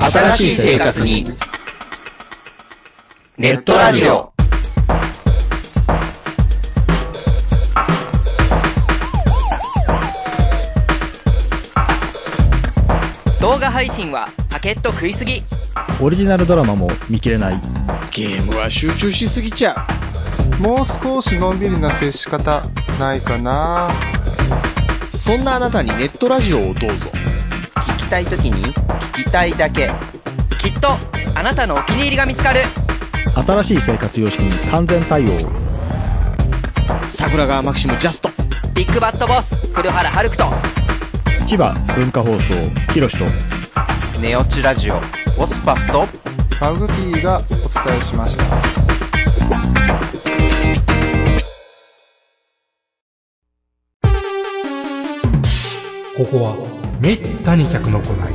新しい生活に。ネットラジオ。動画配信はパケット食いすぎオリジナルドラマも見切れない。ゲームは集中しすぎちゃもう少しのんびりな接し方ないかなうそんなあなたにネットラジオをどうぞ聞きたいときに聞きたいだけきっとあなたのお気に入りが見つかる新しい生活様式に完全対応。桜川マキシムジャストビッグバットボス黒原遥人千葉文化放送、ひろしと。ネオチラジオオスパフとマグピーがお伝えしました。ここはめったに客の来ない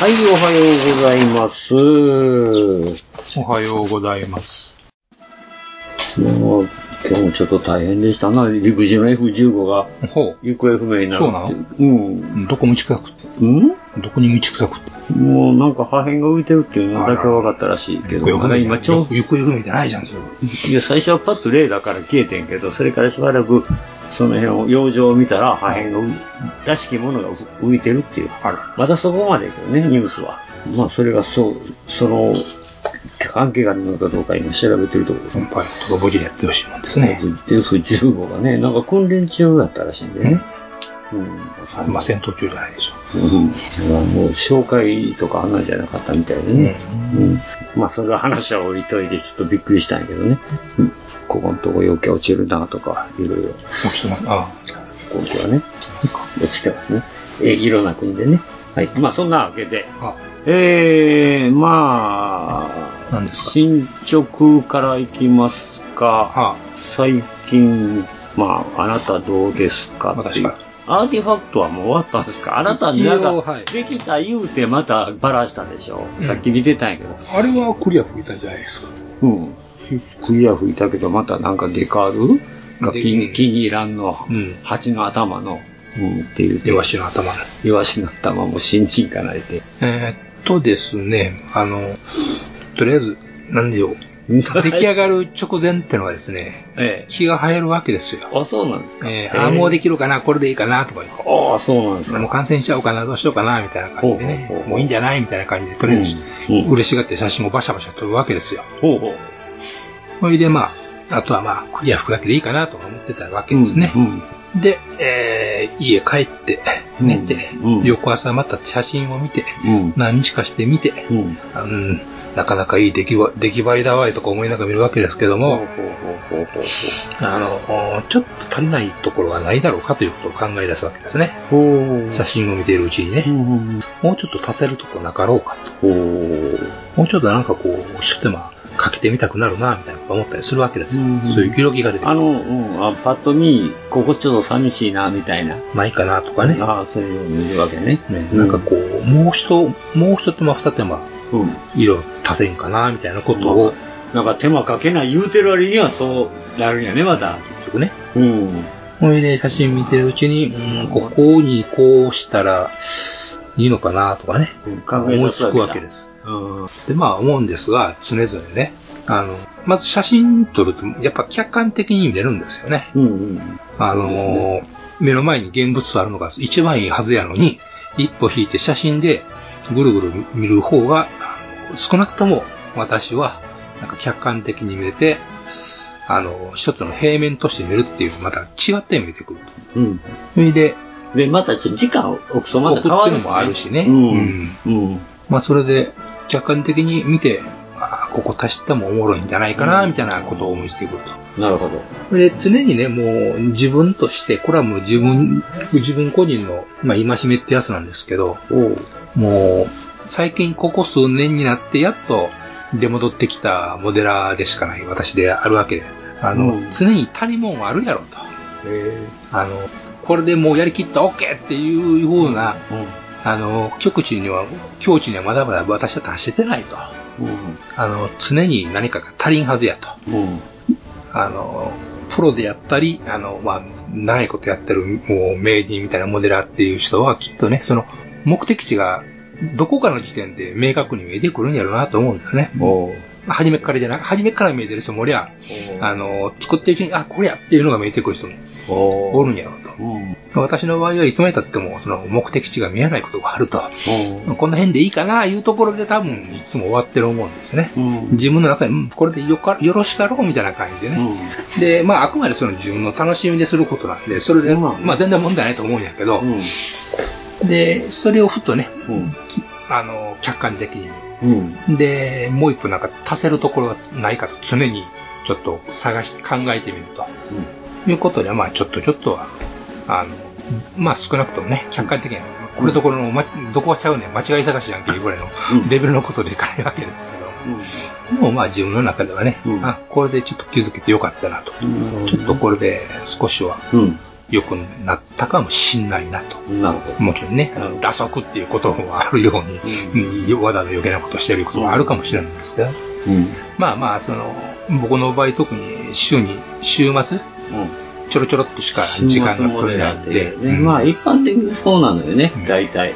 はい、おはようございます。おはようございますもう、今日もちょっと大変でしたな。陸自の F15 がほ行方不明になって。そうなのうん。うどこも近くうんどこにも近くて。もうなんか破片が浮いてるっていうのだけは分かったらしいけど、まだ今ちょう行方不明じゃないじゃん、それ。いや、最初はパッとレーダーから消えてんけど、それからしばらく、その辺を、洋上を見たら、破片がう、らしきものが浮いてるっていう。あら。まだそこまでやけどね、ニュースは。まあ、それがそう、その、関係があるのかどうか今調べてるところですコンパイロットが無事でやってほしいもんですね。 F15 がね、なんか訓練中だったらしいんでね。うん。まあ、戦闘中じゃないでしょうん。だからもう紹介とかあんなんじゃなかったみたいでう。ね。うん。まあ、それは話は置いといて、ちょっとびっくりしたんやけどね。うん。ここのとこ余計落ちるなとか、いろいろ。起きてます。あ今季はね、落ちてますね。え、いろんな国でね。はい。まあ、そんなわけで、あ。えー、まあ、何ですか進捗からいきますか。あ。最近、まあ、あなたどうですかって私いうか。アーティファクトはもう終わったんですかあなた、一な応んか、はいできた言うてまたバラしたでしょ、うんさっき見てたんやけど。あれはクリア吹いたじゃないですか。うん。クリア吹いたけど、またなんかデカールがで気うにん気に入らんの。うん蜂の頭の。うん、っていうてで、わしの頭の。イワシの頭も新陳化なれて。えーっとですね、あの、とりあえず、なんで よ。出出来上がる直前ってのはですね、 ええ。気が生えるわけですよ。あ、そうなんですか。えー、あーもうできるかな、これでいいかな、とか言って。ああ、そうなんですもうか。感染しちゃおうかな、どうしようかな、みたいな感じでほうほうねほ。うもういいんじゃないみたいな感じで、とりあえず、うんうん嬉しがって写真をバシャバシャ撮るわけですよ。ほうほう。それでまあ、あとはまあ、クリア服だけでいいかなと思ってたわけですね。うん。で、えー、家帰って、うん寝て、うん翌朝また写真を見て、うん。何日かして見て、うん。うん、なかなかいい出来は出来栄えだわいとか思いながら見るわけですけどほうほもう、ほうほうほう。あの、ちょっと足りないところはないだろうかということを考え出すわけですね。ほう。写真を見ているうちにね、うん。もうちょっと足せるところなかろうかと。ほう。もうちょっとなんかこう、一手間かけてみたくなるな、みたいなこと思ったりするわけですよ。うんうんそういう気力が出てくある。の、うん、あ、パッと見、ここちょっと寂しいな、みたいな。ないかなとかね。ああ、そういうのを見るわけね。ねなんかこう、もう一、もう一手間二手間、うん。色足せんかな、みたいなことを、なんか手間かけない言うてる割にはそうなるんやね、また。結局ね。うん。それで写真見てるうちに、うん、ここにこうしたらいいのかな、とかね。考思えい出すつくわけだです。うん。で、まあ思うんですが、常々ね、あの、まず写真撮ると、やっぱ客観的に見れるんですよね。うんうん。あのー目の前に現物あるのが一番いいはずやのに、一歩引いて写真でぐるぐる見る方が、少なくとも私は、なんか客観的に見れて、あのー一つの平面として見るっていう、また違って見えてくると。うん。それで、で、またちょっと時間を置くとま僕ったて変わるいうのもあるしね。うん。うん。まあそれで、客観的に見て、あここ足してもおもろいんじゃないかな、みたいなことを思いしてくると。なるほど。で、常にね、もう自分として、これはもう自分、自分個人の、まあ、戒めってやつなんですけど、もう、最近ここ数年になって、やっと出戻ってきたモデラーでしかない私であるわけで、あの、うん常に足りもんあるやろと。えあの、これでもうやりきった OK っていうような、えあの、極地には、境地にはまだまだ私は達してないと。うん。あの、常に何かが足りんはずやと。うん。うん。あの、プロでやったり、あの、まあ、長いことやってる、もう名人みたいなモデラーっていう人はきっとね、その目的地がどこかの時点で明確に見えてくるんやろうなと思うんですね。おう初めからじゃなく、初めから見えてる人もおりゃ、あの、作ってるうちに、あ、これやっていうのが見えてくる人もおおるんや。やろううん。うん。と。私の場合はいつまでたっても、その目的地が見えないことがあると。この辺でいいかな、いうところで多分いつも終わってる思うんですね。うん。自分の中で、うん、これでよかよろしかろうみたいな感じでね。で、まあ、あくまでその自分の楽しみですることなんで、それで、うんまあ、全然問題ないと思うんやけど、うん。で、それをふとね、うん。きあの、客観的に。うん。で、もう一歩なんか足せるところがないかと常にちょっと探して考えてみると。いうことで、まあ、ちょっとちょっとは、あの、まあ、少なくともね、客観的には、これどころの、ま、どこがちゃうねん、間違い探しやんけいうぐらいのうんレベルのことでいかないわけですけど、もうまあ自分の中ではね、うんあ、これでちょっと気づけてよかったなと。うん。ちょっとこれで少しはうん。良くなったかもしんないなと。なるほど。もちろんね、あの打足っていうこともあるように、わざわざ余計なことしてることもあるかもしれないんですけど、うん。まあまあ、その、僕の場合特に週に、週末、ちょろちょろっとしか時間が取れないんで、ねうんまあま一般的にそうなのよね、うん大体。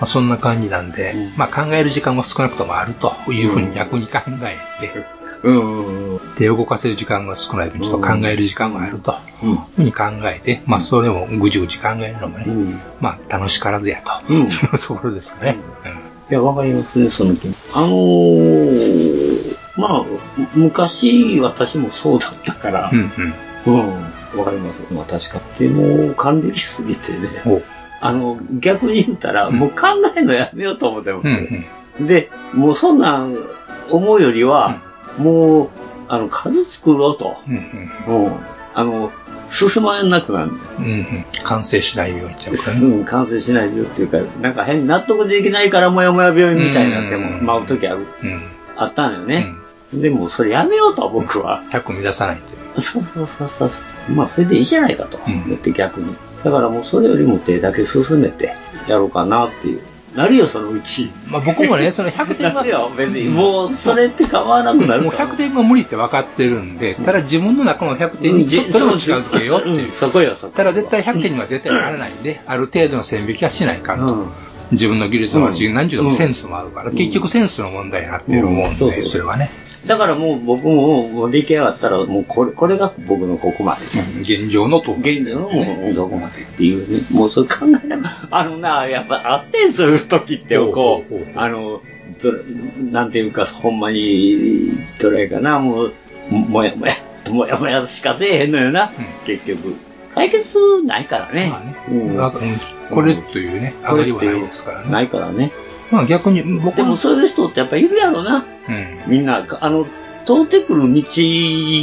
あそんな感じなんで、うんまあ考える時間も少なくともあるというふうに逆に考えて、うん。うん。で、動かせる時間が少ない分、ちょっと考える時間があると。ふうに考えて、まあ、それもぐじぐじ考えるのもね、うん。まあ、楽しからずやと、うんいうところですかね。いや、わかりますね、その気持ちあのー、まあ、む昔私もそうだったからう、ん、うん、うん。わ、かります。まあ確か。でも、還暦すぎてね、うん。おうあの、逆に言ったら、うんもう考えるのやめようと思っても、うん、うん。で、もうそんなん思うよりは、もう、あの、数作ろうと。うん、うん。うん。あの、進まなくなるんだよ。うん、うん。完成しないようにちゃうからうね。ん、完成しない病っていうか、なんか変に納得できないからもやもや病みたいになってうも、んまう時あるうん。あったのようね。ん。でも、それやめようと、僕は。 100を乱さないという。 そうそうそうそうそう。まあ、それでいいじゃないかとうん思って、逆に。だからもう、それよりも手だけ進めて、やろうかなっていう。なるよ、そのうち。まあ、僕もね、その100点なは、る よ、別に。うんもう、それって構わなくなるもうから。 100点は無理って分かってるんで、ただ自分の中の100点にちょっとでも近づけようってんいう。そこよ、そこ。ただ絶対100点には絶対ならないんで、ある程度の線引きはしないかんと。うん。自分の技術もあるし、うん何十でもセンスもあるから、うん結局センスの問題になってると思うんで、うんそうそうそれはね、だからもう、僕も、もう出来上がったら、もう、これ、これが僕のここまで。現状のと思うんです現ね状のもうどこまでっていうね、もうそれ考えながら、あのな、やっぱあってん、そういう時って、こほうほうほうう、あの、それなんていうか、ほんまに、どれかな、もう、もやもや、もやもやしかせえへんのよな、結局。解決ないからね。まあねうんあこれというね、上がりはないですからなね。いからね。まあ逆に僕でもも、そういう人ってやっぱいるやろな、うんみんな、あの、通ってくる道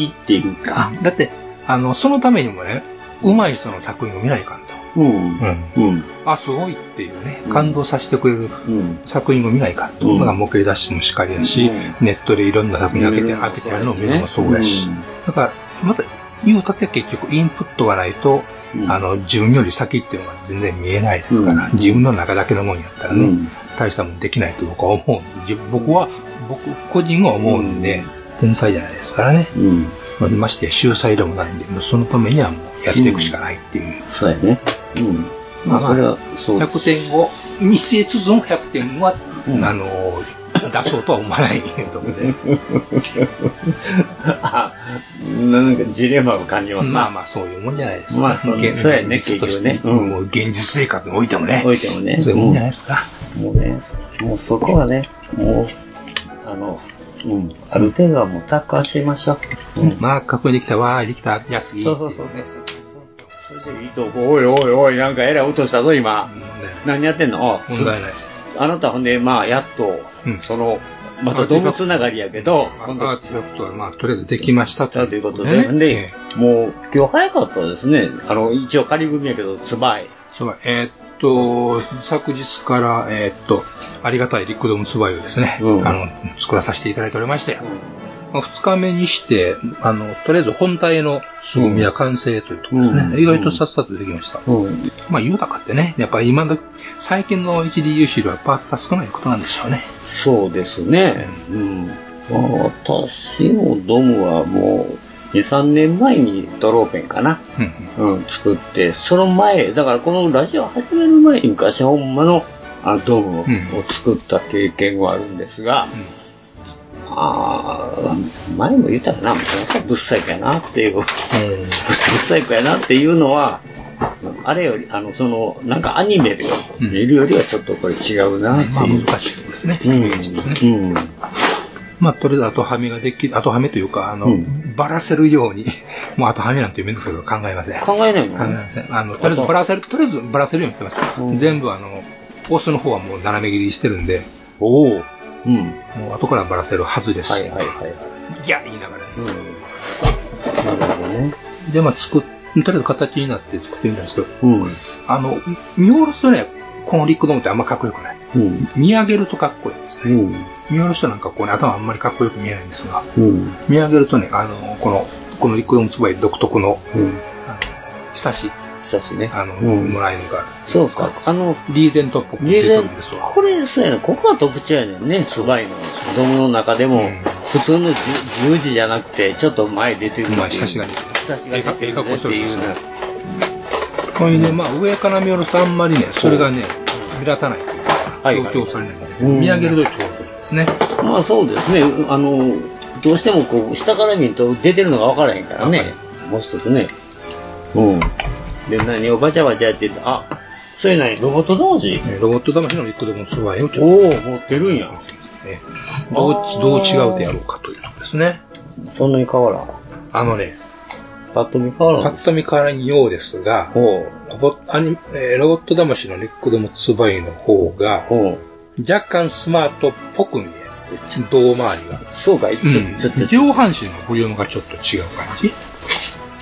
っていうか、だって、あの、そのためにもね、上手い人の作品を見ないかんと。うん、うん、あ、すごいっていうねう、ん感動させてくれるうん。作品を見ないかんと。うんまあ模型出しもしかりやし、うんネットでいろんな作品開けて、開けてやるのを見るのもそうやし。だから、また、言うたって結局インプットがないと、うんあの、自分より先っていうのが全然見えないですから、うん自分の中だけのもんやったらね、うん大したもんできないと僕は思う。じ僕は、僕個人は思うんで、うん天才じゃないですからね。うん。ましてや秀才でもないんで、もうそのためにはもうやっていくしかないっていう。そうやね。うん。まあ、まあそれは、そう。 100点を、見据えつつも100点は、うんあの、出そうとは思わないけど ね。あ なんかジレンマを感じますまああ、まあそういうもんじゃないですか。まあそう現そうやね現実として結局ねうんもう現実生活においてもね。置いてもね。そういうもんじゃないですか。うんもうね、もうそこはね、もう、あの、うん、ある程度はもう達観しましょう。うん。まあ、確認できたわーい、できた、じゃあ次。そうそうそう。そうそれでいいとこ、おいおいおい、なんかえらい音したぞ、今。問題ない何やってんのあ問題ない。あなたほんで、まあ、やっとうん、その、また動物つながりやけど、あ今度あ、ということは、まあ、とりあえずできましたということで、ねえでもう今日早かったですね。あの、一応仮組やけど、つばい。えそうえーっと、昨日から、えーっと、ありがたいリックドームツバイをですね、うんあの、作らさせていただいておりまして、まあ、2日目にして、あの、とりあえず本体の凄みは完成というところですね。うん意外とさっさとできました。うん。まあ、豊かってね、やっぱり今だ、最近の HDU シールはパーツが少ないことなんでしょうね。そうですね。うん。まあ、私のドムはもう、2、3年前にドローペンかな。うんうん。うん、作って、その前、だからこのラジオ始める前に昔ほんまのあドームを,、うん作った経験があるんですが、ああ、前も言ったかな、なんかぶっさいかなっていう、ぶっさいかやなっていうのは、あれより、あの、その、なんかアニメでうん見るよりはちょっとこれ違うなってまあ、いう。難しいですね。うん。うん。まあ、とりあえず後はめができ、後はめというか、あの、うんばらせるように、 もう後はめなんてめんどくさいことは考えません。考えない考えのません。あの、とりあえずばらせる、とりあえずばらせるようにしてます。うん全部あの、オスの方はもう斜め切りしてるんで、おお。うん。もう後からばらせるはずです。はいはいはい。いや、言いながらね。うん。なるほどね。で、まあ、作っ、とりあえず形になって作ってみたんですけど、うん。あの、見見下ろすとね、このリックドームってあんまかっこよくない。うん。見上げるとかっこいいですうね。ん。見下ろしたなんかこうね、頭あんまりかっこよく見えないんですが、うん。見上げるとね、あの、この、このリックドームツバイ独特の、うん。あの、久し、久しね。あの、うんもらえるのがある。そうか。あの、リーゼントっぽくリ出ーてゼるンんですわ。これ、そうやね。ここが特徴やねんね。スバイの。ドームの中でうもん、普通の十十字じゃなくて、ちょっと前出てるっていう。まあ久しが出てる久しが出てるねっていうのは。これね、まあ上から見下ろすとあんまりね、それがね、目立たないというはか、いはい強調されないので、うん見上げるとちょうどいいですね。まあそうですね。あの、どうしてもこう、下から見ると出てるのが分からへんからわかねる。もう一つね。うん。で、何をバチャバチャやってて、あ、そうやない、ロボット同士。ロボット魂の一個でもすごいよ、ちょっおお、持ってるんや。とね。どうち、どう違うでやろうかというところですね。そんなに変わらん。あのね、パッと見変わパらん。ッと見からにようですが、ほう。ロボアニえーロボット魂のリックドムツバイの方が、ほう。若干スマートっぽく見える。胴回りが。そうか、ちょ、ちょ、ちょ、両半身のボリュームがちょっと違う感じ。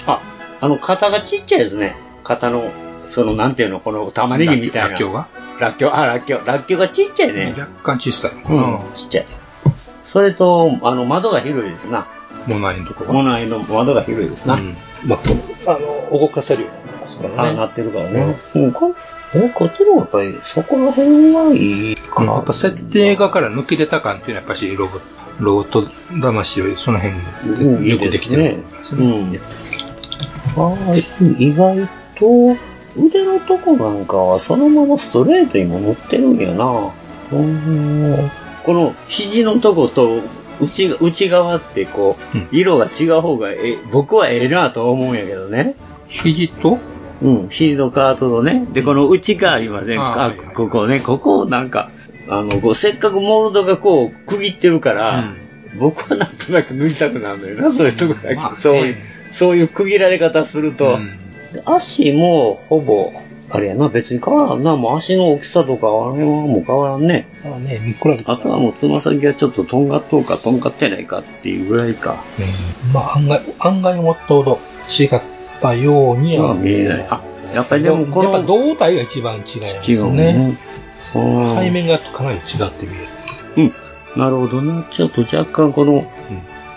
あ、あの、型がちっちゃいですね。型の、その、なんていうの、この玉ねぎみたいな。ラッキョウがラッキョウ。あ、ラッキョウ。ラッキョウがちっちゃいね。若干小さい。うん、ちっちゃい。それと、あの、窓が広いですな。モナイのところ物内の窓が広いですな。は。うん。まあ、あの、動かせるようになりますかあらあ、なね。ってるからね。うん、こえ、こっちの方がやっぱり、そこら辺はいいうか。んやっぱ設定画から抜け出た感っていうのはやっぱしロボロボット魂よりその辺うん、によくできてるいいと思いまですすね。ね。うん。ああ、意外と、腕のとこなんかはそのままストレートにも持ってるんやな。うんこの肘のとこと内が内側ってこう、うん色が違う方がええ僕はええなと思うんやけどね。肘と、うん、肘のカートのね。で、この内側ありませんあかはいはいはいここね、ここをなんか、あの、こうせっかくモールドがこう区切ってるから、僕はなんとなく塗りたくなるのよな、そういうとこだけ、まあねそういう、そういう区切られ方すると、うんで足もほぼ、あれやな、別に変わらんな、もう足の大きさとか、あの辺はもう変わらんね。まあね、見比べてあとはもうつま先がちょっととんがっとうか、とんがってないかっていうぐらいか。うんまあ案外、案外もっとほど違ったようにまはあ見えない。あ、やっぱりでもこやっぱの、胴体が一番違います違うね。ね。そう。背面がかなり違って見える。うん。なるほどね。ちょっと若干この、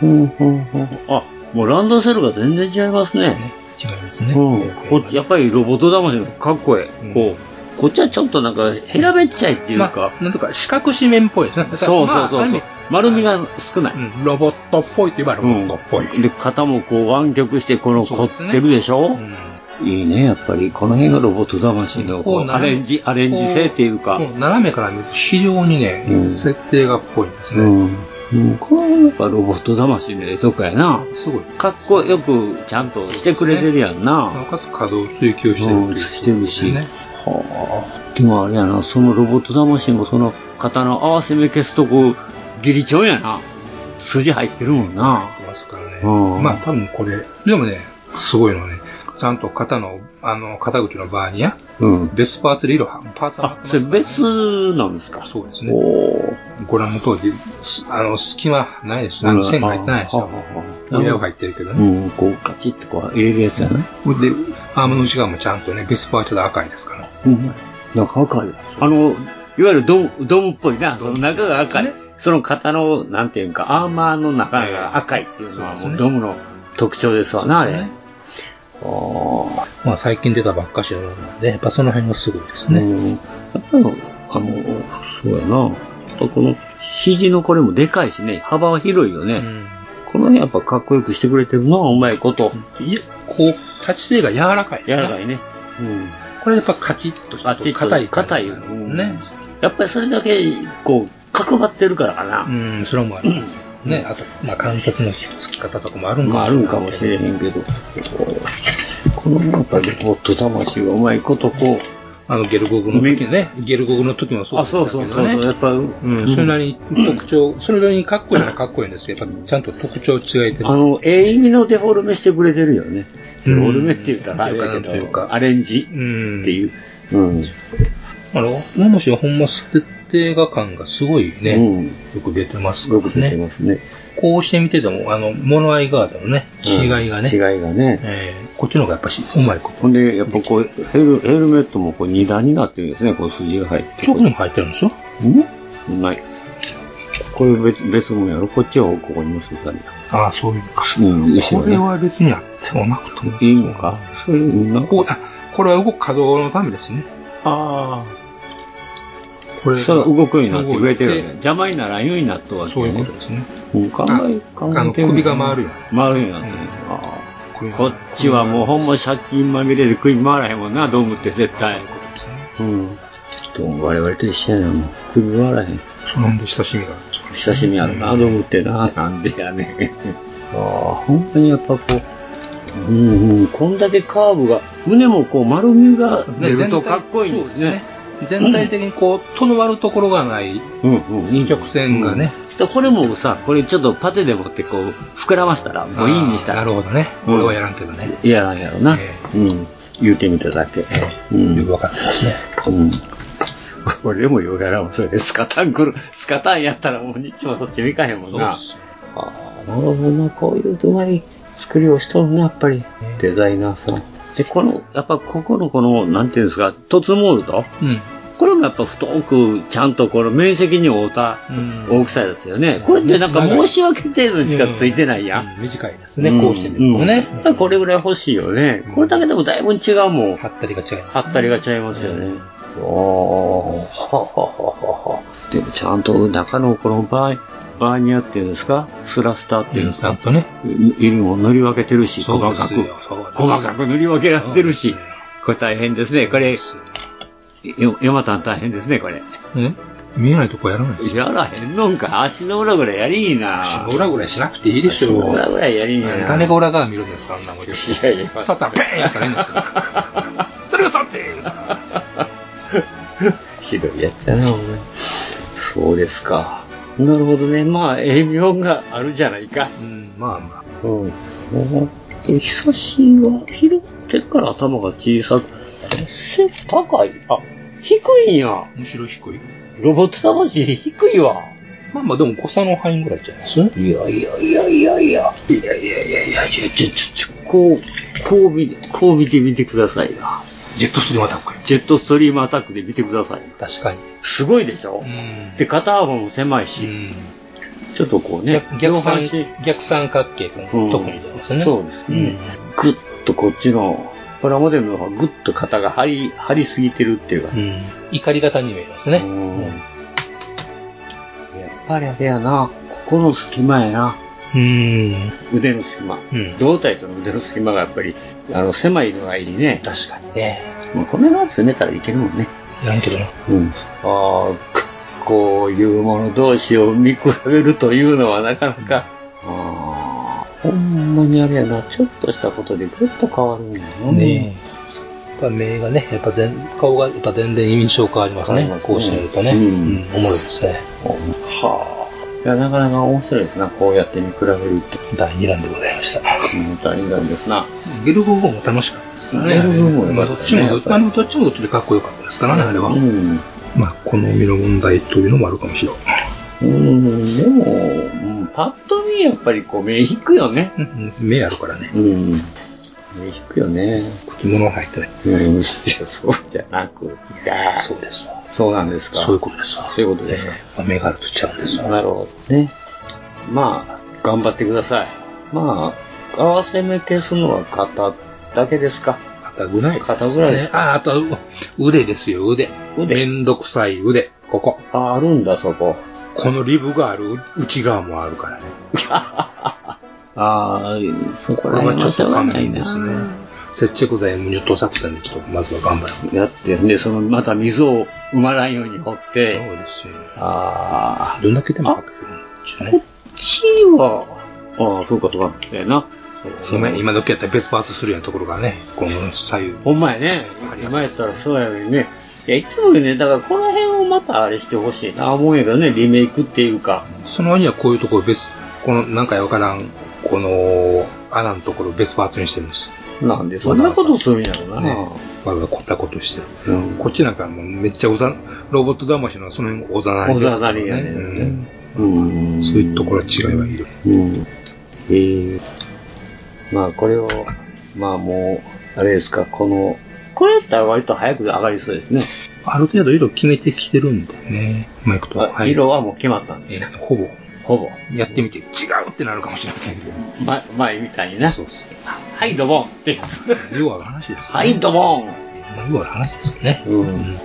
うん、うん、うん。あ、もうランドセルが全然違いますね。違いますね。うん、こっちやっぱりロボット魂のかっこええ、うんこうこっちはちょっとなんか平べっちゃいっていうか、まあ、なんとか四角四面っぽいですね。だからそうそうそうそう、まあ丸みが少ない、うんロボットっぽいといえばロボットっぽい。で肩もこう湾曲してこのそ凝うっですねてるでしょうんいいねやっぱりこの辺がロボット魂のこうアレンジアレンジ性っていうか、こう斜めから見ると非常にね、うん設定がっぽいですうね。んうんこの辺やっぱロボット魂のええとこやなすごい。かっこよくちゃんとしてくれてるやんな、なおかつ稼働を追求してるうとん、いうしてるし、ねはあでもあれやなそのロボット魂もその型の合わせ目消すとこギリチョウやな筋入ってるもんなますからね。うんまあ多分これ、でもね、すごいのはね、ちゃんと肩の、あの、肩口のバーニア、うん別パーツで色は、パーツはあそれ別なんですかそうですね。おーご覧の通り、すあの、隙間ないです。あの、線が入ってないですはよ。あはあ上は入ってるけどうね。ん、こう、カチッとこう、入れるやつやね。で、アームの内側もちゃんとね、ベスパーはちょっと赤いですから。うん。なんか赤い。あの、いわゆるドーム、ドームっぽいな。その中が赤い。その型の、なんていうんか、アーマーの中が赤いっていうのは、もうドームの特徴ですわな、あれ。ああ。まあ、最近出たばっかしのものなんで、やっぱその辺がすごいですね、ね。やっぱり、あの、そうやな。あとこの、肘のこれもでかいしね、幅は広いよね。うんこの辺やっぱかっこよくしてくれてるのはうまいこと。いやこう、立ち姿勢が柔らかいです柔ね。らかいね。うん。これやっぱカチッとあっしちて、と硬い感じ。硬いよね。やっぱりそれだけ、こう、角張ってるからかな。うん、それもある。ね、あと、まあ、関節のつき方とかもあるんかまあ、あるんかもしい。れへんけど。このなんかリポット魂がうまいことこあの、ゲルゴグの時ね。ゲルゴグの時もう。そうですけどね。やっぱ、うんうん、それなりに特徴、それなりにかっこいいのはかっこいいんですけど、やっぱちゃんと特徴違えてる。あの、永遠のデフォルメしてくれてるよね。うデんフォルメって言ったらあれだなんてけいうかど、アレンジうっん。。ていうう。うん。あの、マムシはほんま捨てて映画感がすごいね、うんよく出てますすからごね。く出てますね。こうして見てても、あの、物合いガードのね、違いがね、うん違いがね。えーこっちの方がやっぱし、うまいこと。ほんで、やっぱこう、ヘルヘルメットもこう二段になってるんですね、こう筋が入って。直にも入ってるんですよ。んない。これ別、別物やろこっちはここに結ぶ感じ。ああ、そういうか。うん、後ころれね。は別にあってもなくても。いいのかそれ、なんかこう、あ、これは動く稼働のためですね。あこあ。れそれが動くようになってくれてるよね動い。邪魔にならんようになったわけそうねいうことですね。うん考え、考えあの、てんね首が回るよ。回るようになってるうんああ首がこ回っるちはもうほんま借金まみれで首回らへんもんな、ドームって絶対。うん。ちょっともう我々と一緒やな、もう首回らへん。その辺で親しみがあるんですかね親しみあるな、ドームってな、なんでやねん。ああ、本当にやっぱこう、うんうん、こんだけカーブが、胸もこう丸みが出るとかっこいいですね。全体的にこう、とどまるところがないうんうん一直線がね。でこれもさ、これちょっとパテでもってこう、膨らましたら、もうインにしたあーらな、るほどね。うん俺はやらんけどね。いやなんやろな。えうん。言うてみただけ。うん。よくわかってますね。うん。俺でもよがらもそれでスカタン来る、スカタンやったらもう日もそっちも行かへんもんな。そうっすああ、なるほどな。こういううまい作りをしとるな、やっぱり。デザイナーさん。で、この、やっぱここのこの、なんていうんですか、凸モールドうん。これもやっぱ太く、ちゃんとこの面積に合うたうん大きさですよね。これってなんか申し訳程度にしかついてないやん。うん短いですね。こうしてみるとね。うんうんこれぐらい欲しいよね。これだけでもだいぶ違うもん。貼ったりが違います。はったりが違いますよね。おー、ははははは。 でもちゃんと中のこのバーバーニアっていうんですかスラスターっていうんですちゃんか、とね。色も塗り分けてるし、そ細うでかすくよ。そうですよ細かく塗り分けられてるしそうですよ。これ大変ですね。これ、よ山田大変ですね、これ。ね見えないとこやらないですよ。やらへんのんか。足の裏ぐらいやりいな。足の裏ぐらいしなくていいでし足のょう。裏ぐらいやりいな。誰が裏側見るんですか、あんなもん。いやいやさったらペーンやったらいいんですよ。それがさって言うからひどいやつやな、お前。そうですか。なるほどね。まあ、栄養があるじゃないか。うん、まあまあ。うん。で、ひさしは広がってるから頭が小さく。背高いあ、低いんや。むしろ低い。ロボット魂低いわ。まあまあ、でも誤差の範囲ぐらいじゃないですか。いやいやいやいやいや。いやいやいやいや、ちょ、ちょ、ちょ、こう、こう見、こう見てみてくださいな。ジェットストリームアタック。ジェットストリームアタックで見てください。確かに。すごいでしょ、んで、肩幅も狭いうし、ん。ちょっとこうね逆、逆三両半身逆三角形が特に出ますね。そうですねね。ぐっとこっちの、プラモデルの方がぐっと肩が張り、張りすぎてるっていうかう。ん。怒り型に見えますね。うんやっぱりあれやな、ここの隙間やな、うん。腕の隙間。うん胴体との腕の隙間がやっぱり、あの、狭いのがいいね。確かにね。もうこの辺は詰めたらいけるもんね。いらんけどな。うん。ああ、こういうもの同士を見比べるというのはなかなか、ああ、ほんまにあれやな、ちょっとしたことでぐっと変わるんだな。ねえ。やっぱ目がね、やっぱ全顔がやっぱ全然印象変わります変ねわりこま。すねうしてみるとね。ううんん。おもろいですね。はあ。いや、なかなか面白いですな、こうやって見比べるって。第2弾でございました。本当になんですな。ゲルゴーゴも楽しかったですからね。ゲルゴーゴもまあど良かっったちねも、あのどっちもどっちでかっこよかったですからね、あれは。うん。まあ、好みの問題というのもあるかもしれない。ううん、でも、うんパッと見やっぱりこう目引くよね。うんうん目あるからね。うん。目引くよね。着物が入ってない。うん、いやそうじゃなくて。そうですわ。そうなんですか。そういうことですわ。そういうことですかええまあ目があるとちゃうんですわ。なるほどね。まあ、頑張ってください。まあ、合わせ目消すのは肩だけですか。肩ぐらいですね肩ぐらいですかあ、あとはう腕ですよ、腕。腕めんどくさい腕。ここ。あ、あるんだ、そこ。このリブがある内側もあるからね。ああ、そここられは辺ちょっとわ勘な弁いですね。接着剤無乳糖作戦でちょっとまずは頑張る。そやって、で、その、また溝を埋まらんように掘って、うですよ。ああ、どんだけでも隠せるんじゃない血は、ああ、そうか、そうか、ええな。ごめん、今時やったらベスパースするようなところがね、この左右。ほんまやねあり。ます今やったらそうやのにね。いや、いつもね、だからこの辺をまたあれしてほしいな、思うんやけどね、リメイクっていうか。その割にはこういうところベス、このなんかわからん、この穴のところベスパーツにしてるんです。なんで、そんなことするんやろな。ね、わざわざこんなことしてる。うんこっちなんかもうめっちゃおざ、ロボット魂のその辺おざなりですから、おざなりやねうんうんそういうところは違いはいる。うん。えー、まあこれを、まあもう、あれですか、この、これやったら割と早く上がりそうですね。ある程度色決めてきてるんだよね。マイクと。あ色はもう決まったんでえす。ーほぼ。ほぼ。やってみて、違うってなるかもしれませんけど。ま、前みたいにな。そうそう。はい、ドボンってやつ。要は話ですよ、ね。はい、ドボン要は話ですよね。うん。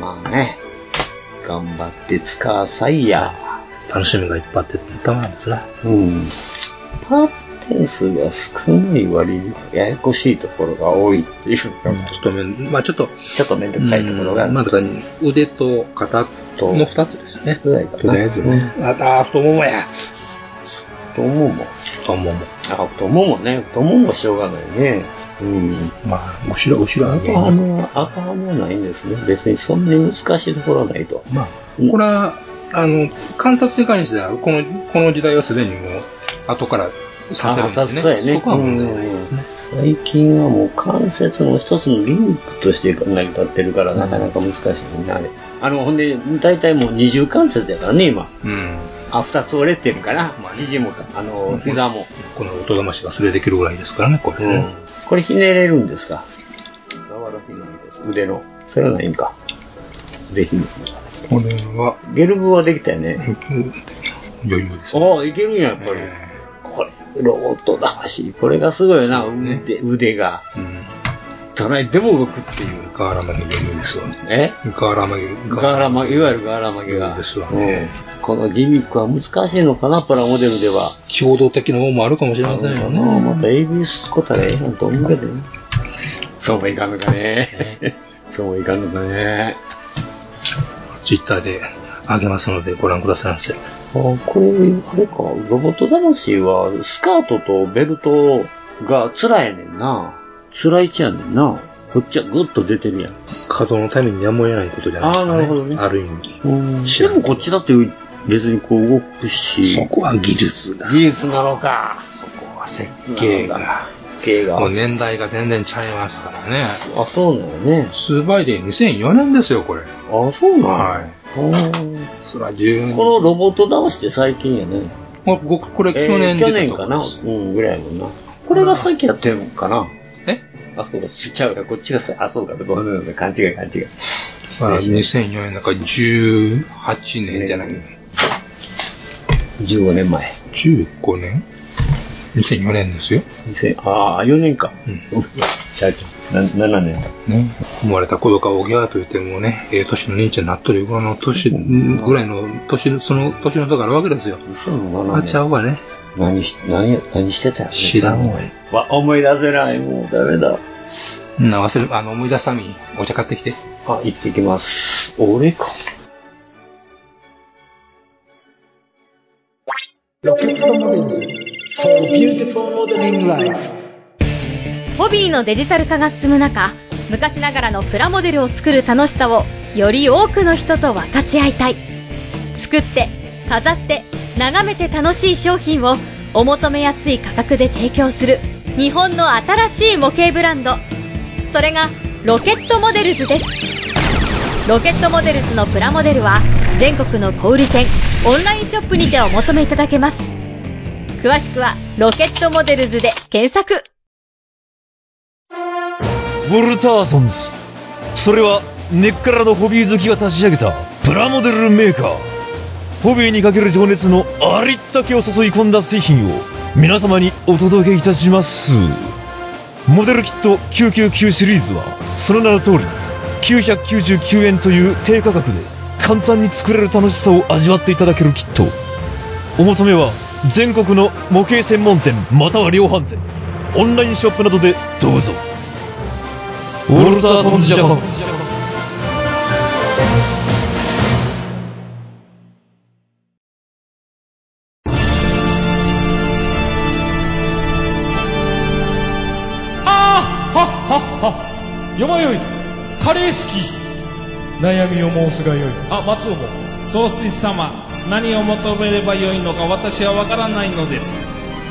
まあね、頑張って使わさいや。楽しみがいっぱいあって、たまらんですな。うん。パーツ点数が少ない割に、ややこしいところが多いっていうのが、ちょっとめん、まあちょっと、ちょっとめんどくさいところがあうんるまあだから腕と肩との二つですね。ぐらいかな。とりあえずね。あ、あ、太ももや。太もも。太もも。あ、太ももね。太ももしょうがないね。うん。まあ、後ろ、後ろは赤ね。はも、赤はもないんですね。別にそんなに難しいところはないと。まあ、これは、あの、観察に関しては、この、この時代はすでにもう、後からさせるんですね。あさせたよねそこは問題ないですね。最近はもう関節の一つのリンクとして成り立ってるから、なかなか難しいね、あれ。あの、ほんで、大体もう二重関節やからね、今。うん。あ、二つ折れてるから、肘も、あの、膝も。この音魂がそれできるぐらいですからね、これね。これひねれるんですか腕の。それはないんか。腕ひねこれは、りゲルブはできたよね。余裕ですね。ああ、いけるんや、やっぱり。えこれ、ロボット魂。これがすごいよな、腕腕が。ーうん。どないでも動くっていう。ガーラマギ余裕ですわ。えガーラマギ。ガーラマいわゆるガーラ曲げが。ですわねうんこのギミックは難しいのかな、プラモデルでは。共同的なものもあるかもしれませんよあね。のまた AB すこたらええなんと思うけどね。そうもいかんのかね。 そうもいかんのかね。ツイッターであげますのでご覧くださいませ。あこれ、あれか、ロボット魂は、スカートとベルトが辛いねんな。辛いちやねんな。こっちはグッと出てるやん。稼働のためにやむを得ないことじゃないですか、ね。あーなるほどねある意味。知でらんもこっちだって別にこう動くし。そこは技術だ。技術なのか。そこは設計が。系がもう。年代が全然ちゃいますからね。あ、そうなのね。数倍で2004年ですよ、これ。あ、そうなの、はいほーそら10年。このロボット魂って最近やね。まあ僕、これ去年えー去出年たとかこなでうす。ん、ぐらいやもんな。これがさっきやってるんかなえあ、そうか、ちゃうか、こっちがさ、あ、そうか、ごめんごめん、勘違い勘違い。まあ2004年だから18年じゃない。 15年前。 15年 ?2004 年ですよ。 2000ああ、4年か。うん ちゃうちゃう。な7年。ね、生まれた頃からおぎゃーと言ってもね、ええ年の兄ちゃんになっとる頃の年、ぐらいの年、その年の差があるわけですよ。あ2007ちゃ年。うわね。何し、何、何してたやろ知らんわ。わ、思い出せない。もうダメだ。うん、忘れる、あの、思い出すためにお茶買ってきて。あ、行ってきます。俺か。ホビーのデジタル化が進む中昔ながらのプラモデルを作る楽しさをより多くの人と分かち合いたい作って飾って眺めて楽しい商品をお求めやすい価格で提供する日本の新しい模型ブランドそれがロケットモデルズですロケットモデルズのプラモデルは全国の小売店オンラインショップにてお求めいただけます詳しくは「ロケットモデルズ」で検索ウォルターソンズそれは根っからのホビー好きが立ち上げたプラモデルメーカーホビーにかける情熱のありったけを注い込んだ製品を皆様にお届けいたしますモデルキット999シリーズはその名の通り999円という低価格で簡単に作れる楽しさを味わっていただけるキットお求めは全国の模型専門店または量販店オンラインショップなどでどうぞウォルターソンズジャパンあーはっはっはよまよいカレー好き悩みを申すがよいあ松尾も総帥様何を求めればよいのか私は分からないのです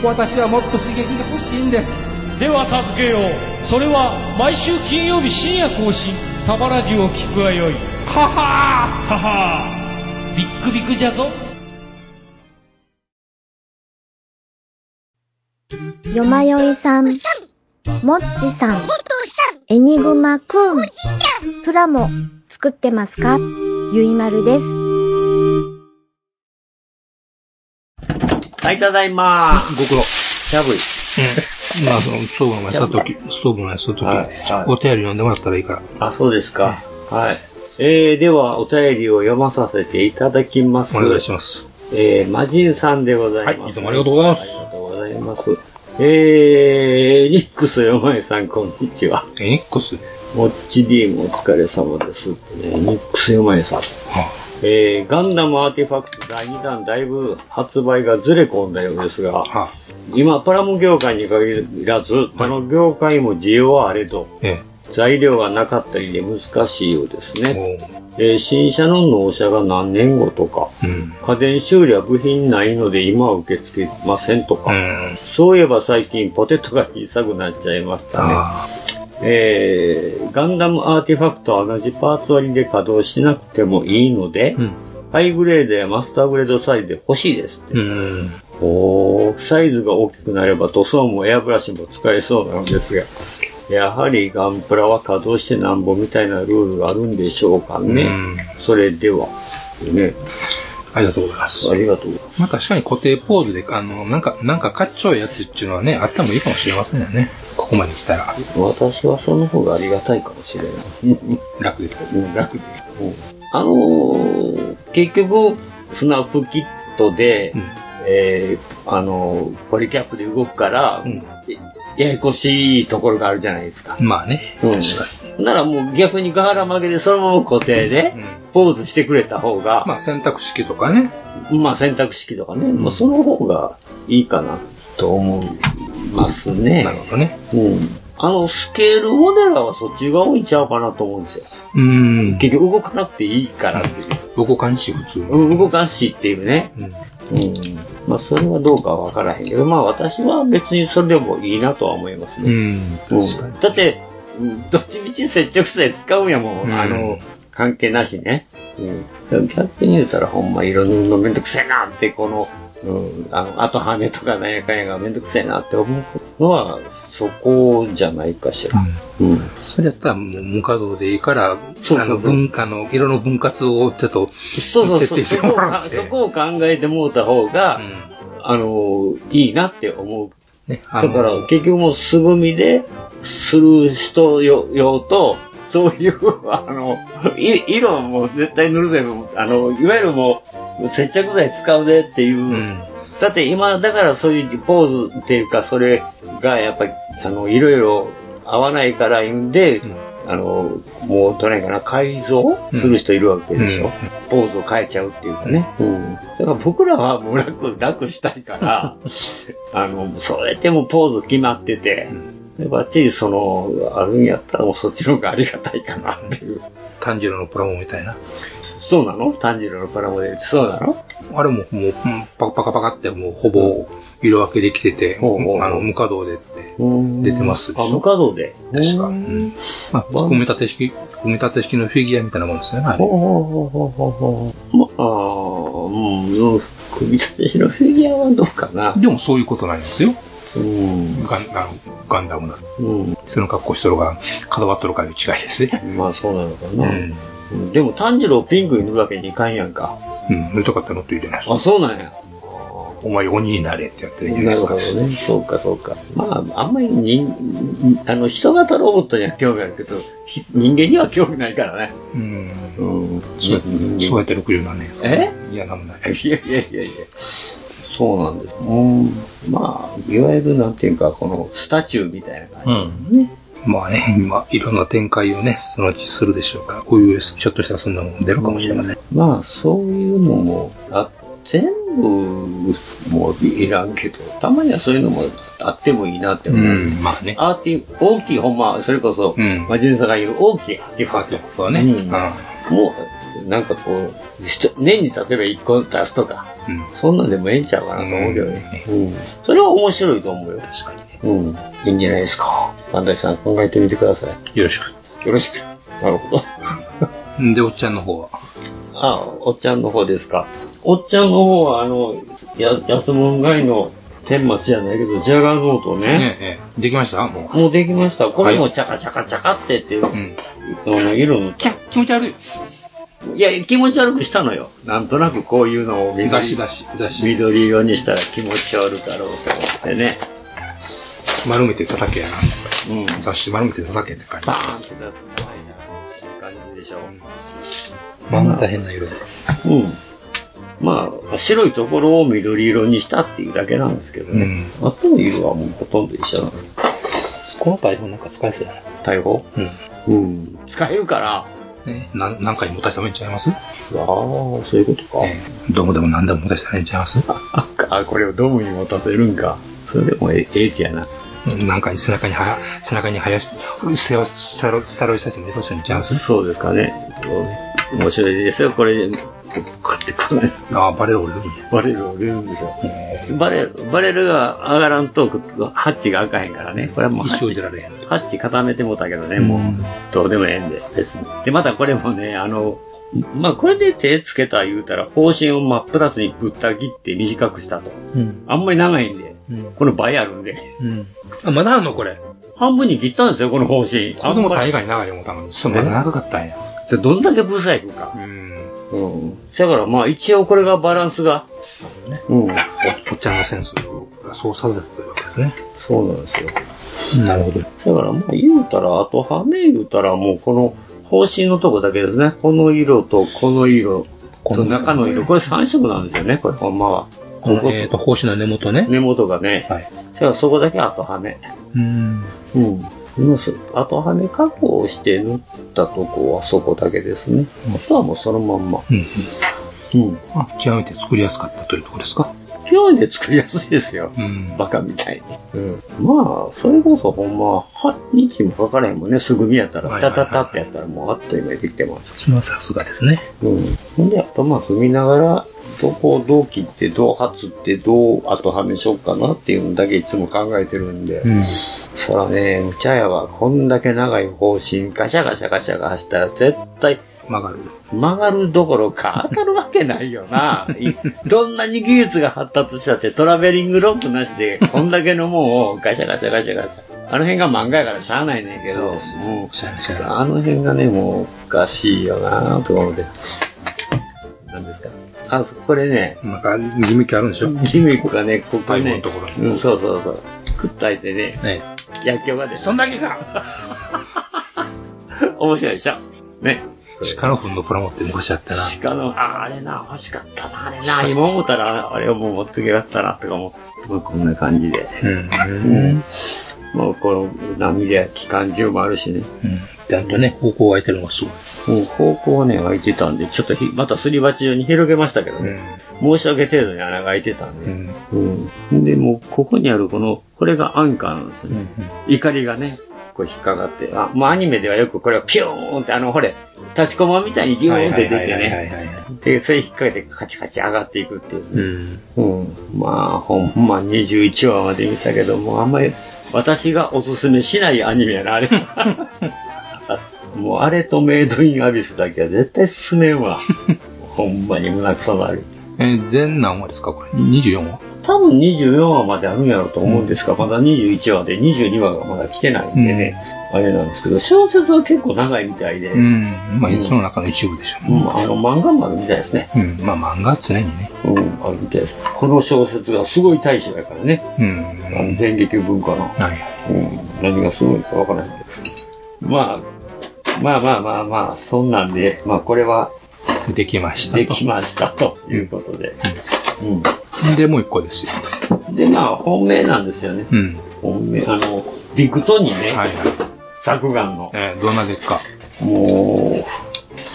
私はもっと刺激が欲しいんですでは助けようそれは毎週金曜日深夜更新サバラジを聞くがよいははーははービックビックじゃぞよまよいさん、もっちさん、エニグマくん、プラモ作ってますかゆいまるです。はい、ただいまー。ご苦労。しゃぶい。まあ、その、ストーブの前座った時、ストーブの前座っはいたはい時、お便り読んでもらったらいいから。あ、そうですか。はい。えー、では、お便りを読まさせていただきます。お願いします。えー、魔人さんでございます。はいいつもありがとうございますありがとうございます。えー、ニックスよまえさん、こんにちは。エニックスもっちディームお疲れ様です。えーニックスよまえさん。えー、ガンダムアーティファクト第2弾、だいぶ発売がずれ込んだようですが、今、プラモ業界に限らず、どの業界も需要はあれど、ええ。材料がなかったりで難しいようですね。えー新車の納車が何年後とか、うん。家電修理は部品ないので今は受け付けませんとか、うん。そういえば最近ポテトが小さくなっちゃいましたね。あえーガンダムアーティファクトは同じパーツ割りで稼働しなくてもいいので、うんハイグレードやマスターグレードサイズで欲しいです。あ。うん。おーサイズが大きくなれば塗装もエアブラシも使えそうなのですが、やはりガンプラは稼働してなんぼみたいなルールがあるんでしょうかね。うんそれでは、ね、ありがとうございますあ。りがとうございます。まあ確かに固定ポーズで、あの、なんか、なんかかっちょいやつっていうのはね、あってもいいかもしれませんよね。ここまで来たら私はその方がありがたいかもしれない。楽で。うん楽で。あのー結局、スナップキットで、うんえーあのーポリキャップで動くから、うんややこしいところがあるじゃないですか。まあね、うん確かならもう逆にガーラ曲げでそのまま固定でうん、ポーズしてくれた方に。まが、あ選択式とかね。まあ選択式とかね、もうその方がいいかなと思いますねな。るほどね。うん。あの、スケールモデラーはそっちが多いんちゃうかなと思うんですよ。うん。結局動かなくていいからっていう。動かんし、普通に。うん動かんしっていうね。うん。うん。まあ、それはどうかわからへんけど、まあ、私は別にそれでもいいなとは思いますうね。ん。うん確かに。だって、うんどっちみち接着剤使うんやもん。うんあの、関係なしね。うん。逆に言うたら、ほんまいろんなめんどくせえなって、この、うん、あの、後羽とかなんやかんやがめんどくせえなって思うのは、そこじゃないかしら。うん。それやったらもう無稼働でいいから、そうそうそうあの文化の、色の分割をちょっと、そうそうそ徹底う。してそこもをらかって。そこを考えてもうた方が、うんあの、いいなって思う。ね、あだのから、結局もう素組みでする人よ用と、そういう、あの、い色はもう絶対塗るぜ、もうあの、いわゆるもう、接着剤使うぜっていう。うん。だって今、だからそういうポーズっていうか、それがやっぱり、あの、いろいろ合わないから言うんで、んあの、もうどないかな、改造する人いるわけでしょ。うんポーズを変えちゃうっていうかね。うん。だから僕らはもう楽、楽したいから、 あの、そうやってもうポーズ決まってて、でバッチリその、あるんやったらもうそっちの方がありがたいかなっていう。炭治郎のプラモみたいな。そうなの炭治郎のプラモデルってそうなのあれももう、うんパカパカパカってもうほぼ色分けできてて、ほうほうほうあの、無稼働でって。うーん出てますでしょ。無稼働で。確か。うん。まあ、組み立て式、組み立て式のフィギュアみたいなもんですよね。あれまあ、うん、うん組み立てのフィギュアはどうかな。でもそういうことなんですよ。うん。ガンガンガンダムな。うん。その格好しとるが、角張っとるかいう違いですね。まあそうなのかうな。ん。うんでも炭治郎をピンクに塗るわけにいかんやんか。うん。塗りたかったのって言うじゃないですか。あ、そうなんや。お前鬼になれってやってるじゃないなでるすかほど。ね。そうか、そうか。まあ、あんまり人、あの、人型ロボットには興味あるけど、ひ人間には興味ないからね。うん。うん。そうやって、そうやって60何年ですからえいや、なんもない。いやいやいやいや。そうなんです。うん。まあ、いわゆるなんていうか、このスタチューみたいな感うん。まあね、今、いろんな展開をね、そのうちするでしょうから、こういう、ちょっとしたそんなもん出るかもしれません。じ。まあ、そういうのも、あ全部もいらんけど、たまにはそういうのもあってもいいなってう思う。ん、まあね。アーティ大きい、ほんま、それこそ、うんマジュンさんが言う大きいアーティフパァーティクート。はね。うんうん。もう、なんかこう、ひと年に例えば1個出すとか、うんそんなんでもええんちゃうかなと思うけどね。うん。それは面白いと思うよ。確かにね。うん。いいんじゃないですか。安西さん考えてみてください。よろしく。よろしく。なるほど。んで、おっちゃんの方は。あ、おっちゃんの方ですか。おっちゃんの方は、あの、や、安物買いの天末じゃないけど、ジャガーノートね。ねえ、ええできましたももうできました。これもチャカチャカチャカってっていう、う。うん。あの、色の。きゃ、気持ち悪い。いや、気持ち悪くしたのよ。なんとなくこういうのを雑誌緑雑誌雑誌緑色にしたら気持ち悪かろうと思ってね。丸めて叩けやな。うん。雑誌丸めて叩けって感じバ。ーンってなったらいいなっていう感じでしょ。まあ、大変な色で。うん。まあ、白いところを緑色にしたっていうだけなんですけどね。あとの色はもうほとんど一緒なの。この台本なんか使えそうやな。大砲うん。うん。使えるから。ね、なん何回もたしたらいいんちゃいますああ、そういうことか。ええどうもでも何でも持たしたらいいんちゃいますあ、あこれをドムに持たせるんか。それでもえええ気やな。うんなんか背中にはや、背中にはやし、背を、スタロスタロイさせてもよろしいんちゃいますそうですかね。面白いですよ、これ。こうやってこれ、ああ、バレる俺るんや。バレルを売れるんですよ。バレ、バレルが上がらんと、ハッチが開かへんからね。これはもうハッ一生チ出られへん。ハッチ固めてもうたけどね、もううん、どうでもええんで、別に。で、またこれもね、あの、まあ、これで手つけた言うたら、方針を真っ二つにぶった切って短くしたと。うん。あんまり長いんで、うん。この倍あるんで。うん。あ、まだあんのこれ。半分に切ったんですよ、この方針。子供あんま大り概長い思ったのに。そう、まだ長かったんや。じゃあどんだけブサイクかう。ん。うん。だからまあ、一応これがバランスが。うん。おっちゃんのセンスがそうさせたというわけですね。そうなんですよ。なるほど。だからまあ言うたら、あと羽目言うたらもうこの方針のとこだけですね。この色とこの色ことの中の色。これ3色なんですよね、これほんまは。この、えっ、と、奉仕の根元ね。根元がね。はい。だからそこだけあと羽目。うん。うん。あとはめ加工して塗ったとこはそこだけですね。あとはもうそのまんま。うん。うん。まあ、極めて作りやすかったというところですか。今日で作りやすいですよ。うん。バカみたいに。まあ、それこそほんま、は日もかからへんもんね。すぐみやったはら、いはいタはいはタいタってやったらもうあっという間にできてます。それはさすがですね。うん。ほんで、あとまあ、踏みながら、どこをどう切って、どう発って、どう後はめしようかなっていうのだけいつも考えてるんで。うん。そらね、むちゃやわ。こんだけ長い方針、ガシャガシャガシャガシャしたら絶対、曲がる。曲がるどころか当たるわけないよ な。いどんなに技術が発達したってトラベリングロックなしで、こんだけのもんをガシャガシャガシャガシャ。あの辺が漫画やからしゃあないねんけど、もしゃれしうゃれ。あの辺がね、もうおかしいよなと思って。何ですかあ、そこれね、なんか、ギミックあるんでしょギミックがね、ここ最後ね、のところうん、そうそうそう。くったいてね、ね薬莢がでそんだけか面白いでしょ。ね。鹿の糞のプラモって昔あったな。鹿の、ああれな、欲しかったな、あれな、今思ったら、あれをもう持ってけばよかったな、とかも、まあ、こんな感じで。うん。もう、この波で期間中もあるしね。うん。ちゃんとね、方向を空いてるのがすごい。もう方向はね、空いてたんで、ちょっとひ、またすり鉢状に広げましたけどね。申し訳程度に穴が開いてたんうで。ん。うん。で、もう、ここにあるこの、これがアンカーなんですようね。ん。怒りがね、こう引っかかって、あ、まあアニメではよくこれはピューンって、あの、ほれ、立ちこまみたいにギューンって出てね。ね。で、それ引っ掛けてカチカチ上がっていくっていう。うん。うん。まあ、ほんま21話まで見たけども、あんまり私がおすすめしないアニメや な、あれ。もうあれとメイドインアビスだけは絶対進め んわ。ほんまに胸くそなる。えー全何話ですかこれ。24話多分24話まであるんやろうと思うんですが、まだ21話で22話がまだ来てないんでね、あれなんですけど、小説は結構長いみたいで、うん。まあ、うんその中の一部でしょううね。んあの漫画もあるみたいですね。うん。まあ、漫画は常にね。うん、あるみたいです。この小説がすごい大使だからね、うん。あの電撃文化の、うん、何がすごいかわからないけど、まあ、まあまあまあまあ、そんなんで、まあこれはできましたと。できましたということで、うん。で、もう一個ですよ。で、まあ、本命なんですよね。うん。本命、あの、ビクトにね、作眼の。えーどんなでっか。も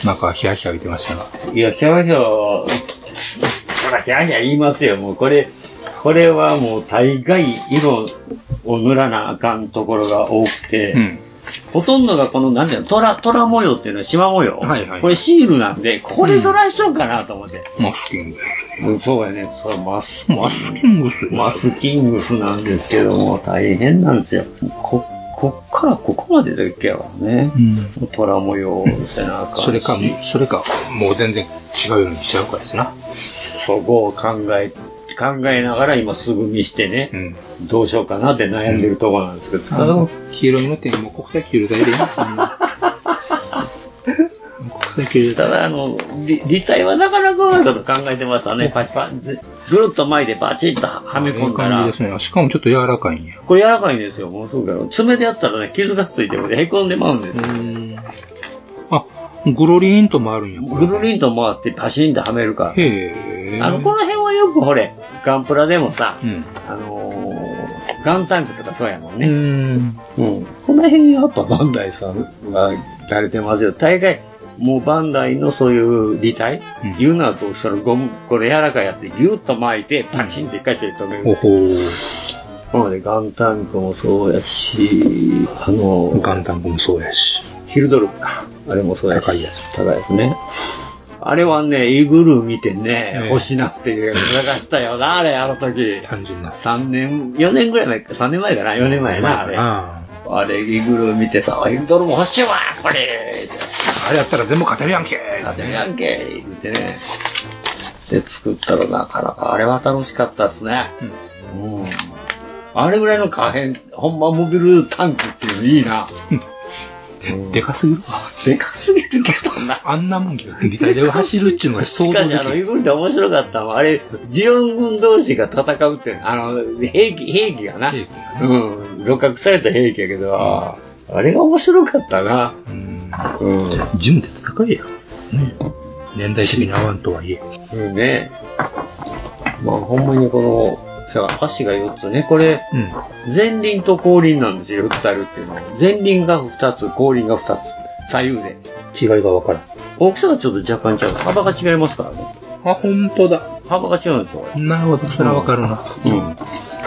なんか、ヒヤヒヤ言ってましたが。う、いや、ヒャーヒャー、そらヒャーヒャー言いますよ。もうこれ、これはもう大概色を塗らなあかんところが多くて、うん。ほとんどがこの、なんていうの、虎、虎模様っていうのは縞模様。はいはいこれシールなんで、これどないしようかなと思って。マスキング。うん、そうやね。そう、マスキングマスキングっすよ。マスキングスなんですけども、大変なんですよ。こ、こっからここまでだけやからね。うん。虎模様背中。それか、それか、もう全然違うようにしちゃうかですな。そこを考え、考えながら今すぐ見してね、どうしようかなって悩んでるところなんですけど、あの、黄色いの手にもう国際球剤でい いですんな。国際球剤。ただあの、り立体はなかなかうまいこと考えてましたね。パチパン、ずぐるっと巻いてバチッとはめええ込んだ感じらで、すね。しかもちょっと柔らかいんや。これ柔らかいんですよ、ものすごく柔らかい。爪でやったらね、傷がついてもね、へこんでまうんですよ。あ、グロリーンともあるんや、こぐるりんと回ってパシンとはめるから。れ。へえ。あの、この辺はよくほれ、ガンプラでもさ、うん。あのーガンタンクとかそうやもんね。うん。うん。この辺やっぱバンダイさんが慣れてますよ。大概、もうバンダイのそういう履体、言うのはこう、そのゴム、これ柔らかいやつでギュッと巻いて、パチンって一回して止める。おほー。なので、ガンタンクもそうやし、あのーガンダムもそうやし。ヒルドルか。あれもそうやし。高いやつ。高いですね。あれはね、イグルー見てね、ええ欲しなっていう探したよな、あれ、あの時。単純な。 3年、4年ぐらい前か、3年前かな、4年前やな、あれ。あれ、イグルー見てさ、あイグドルも欲しいわ、これあれやったら全部勝てるやんけなってやんけ言ってね。で、作ったらなかなか、あれは楽しかったっすね。うん。あれぐらいの可変、ほんまモビルタンクっていうのいいな。でかすぎるわ。でかすぎるけどな。あんなもん が、リタイで走るっちゅうのがし相か当し、であの、イきグルーって面白かったのはあれ、ジオン軍同士が戦うっていうの、あの、兵器、兵器がな。うん。露獲された兵器やけど、あれが面白かったな。うん。ジムで戦えや。ね。年代的に合わんとはいえ。うんね。まあ、ほんまにこの、じゃあ足が4つね、これ、うん。前輪と後輪なんですよ、4つあるっていうのは。前輪が2つ、後輪が2つ、左右で。違いがわからん。大きさがちょっと若干違う。幅が違いますからね。あ、ほんとだ。幅が違うんですよ、これなるほど。それはわかるな。うん。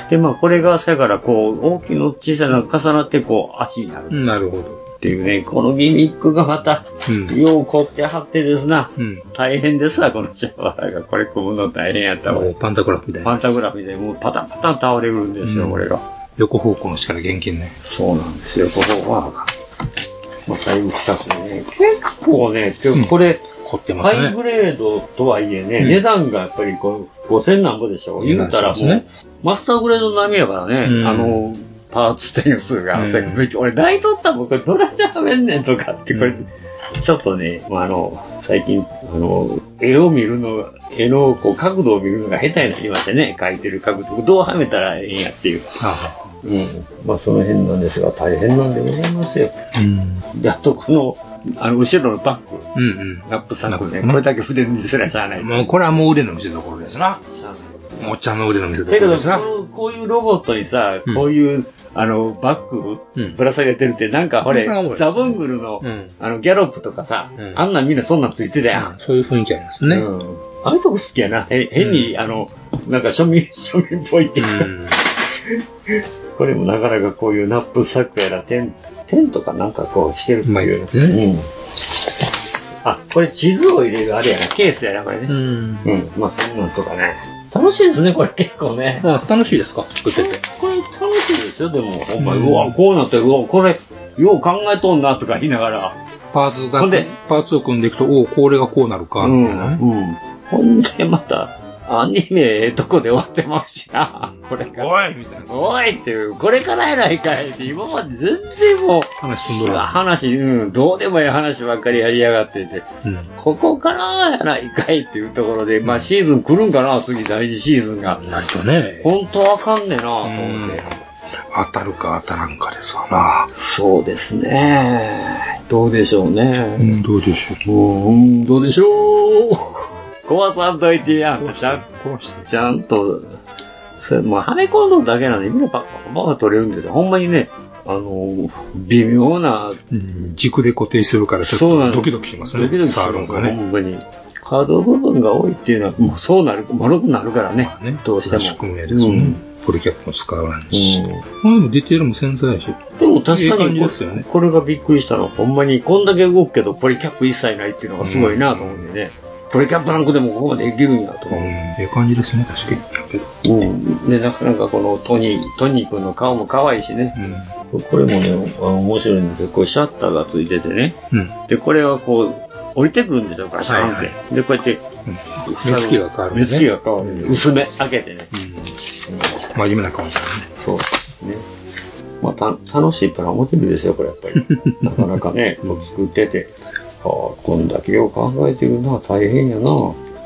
で、まあ、これが、せやから、こう、大きいの小さいのが重なって、こう、足になるなるほど。っていうね、このギミックがまた、うん。よう凝ってはってですな。うん。大変ですわ、このシャワーが。これ組むの大変やったわ。パンタグラフみたいパンな。タグラフでもうパタンパタン倒れるんですよ、うんこれが。横方向の力厳禁ね。そうなんですよ、ここは。まあ、だいぶ深くね。結構ね、結構これ、凝ってまハすイね。グレードとはいえね、うん値段がやっぱりこう5000何ぼでしょ。言うたらもう、値段しマスターグレード並みやからね、うんあの、パーツ点数が、うんせ俺、大取ったもん、これどないしてはめんねんとかって、これ、ちょっとね、まあ、あの、最近、あの、絵を見るのが、絵のこう角度を見るのが下手になりましてね、描いてる角度、どうはめたらええんやっていう。あうん。まあ、その辺なんですが、大変なんでございますよ。あうん。で、あと、この、あの、後ろのバッグ、うんラップサックね、うんこれだけ筆にすらしゃあないうん。。もうこれはもう腕の見せ所ですな。しゃあないおっちゃんの腕の見せだけ所ど、ですな。こうこういうロボットにさう、んこういう、あの、バッグうんぶら下げてるって、なんかほれこれは面白いで、すねザブングルのうん、あの、ギャロップとかさう、んあんなんみんなそんなんついてたやん。そういう雰囲気ありますね。ううんああいうとこ好きやな。へ変に、あの、なんか庶民、 庶民っぽいっていうかん。これもなかなかこういうナップサックやら、テン、テンとかなんかこうしてるってうまいいよう。ね。うん。あ、これ地図を入れるあれやな、ケースやな、これね。うん。うん、まあそんなんとかね。楽しいですね、これ結構ね。あ、楽しいですか作ってて。これ楽しいですですよ、でも、ほんまに、うわ、こうなってる、うわ、これ、よう考えとんな、とか言いながら。パーツが、パーツを組んでいくと、おお、これがこうなるか、みたいな、ね。うん。ほんで、また、アニメ、ええとこで終わってますしな、これから。おいみたいな。おいっていう、これからやないかいって、今まで全然もう、話しんどい話、うん、どうでもいい話ばっかりやりやがってて、ここからやないかいっていうところで、まあシーズン来るんかな、次第2シーズンが。なるとね、本当あかんねえな、と思って。当たるか当たらんかですわな。そうですね。どうでしょうね。うん、どうでしょう。うん、どうでしょう。壊さんといてやん。ちゃんちゃんと、それ、もうはめ込んどるだけなんで、みんなバカバカ取れるんですよ。ほんまにね、あの、微妙な、うん軸で固定するから、ちょっそうなとんですドキドキしますね。ドキドキする触るのがほね。んまに。カード部分が多いっていうのは、もうそうなる、丸くなるからね。どうしても。宿命ですよね。ポリキャップも使わないし。まあでもディテールも繊細やし。でも確いいか感にじこですよね。これがびっくりしたのは、ほんまにこんだけ動くけど、ポリキャップ一切ないっていうのがすごいなと思うんでね。ポリキャップなんかでもここまでできるんやとうん、ええ感じですね、確かに。うん。で、なかなかこのトニー、トニー君の顔も可愛いしね。これもね、あ面白いんですけど、こうシャッターがついててね。うんで、これはこう、降りてくるんですよ、ガシャンって。で、こうやって、目つきが変わる、ね。目つきが変わる、薄め開けてね。真面目な顔だね。そうですね。まあ、た楽しいプラモデルですよ、これやっぱり。 なかなかね、こう作ってて。ああ、こんだけよう考えてるのは大変やな。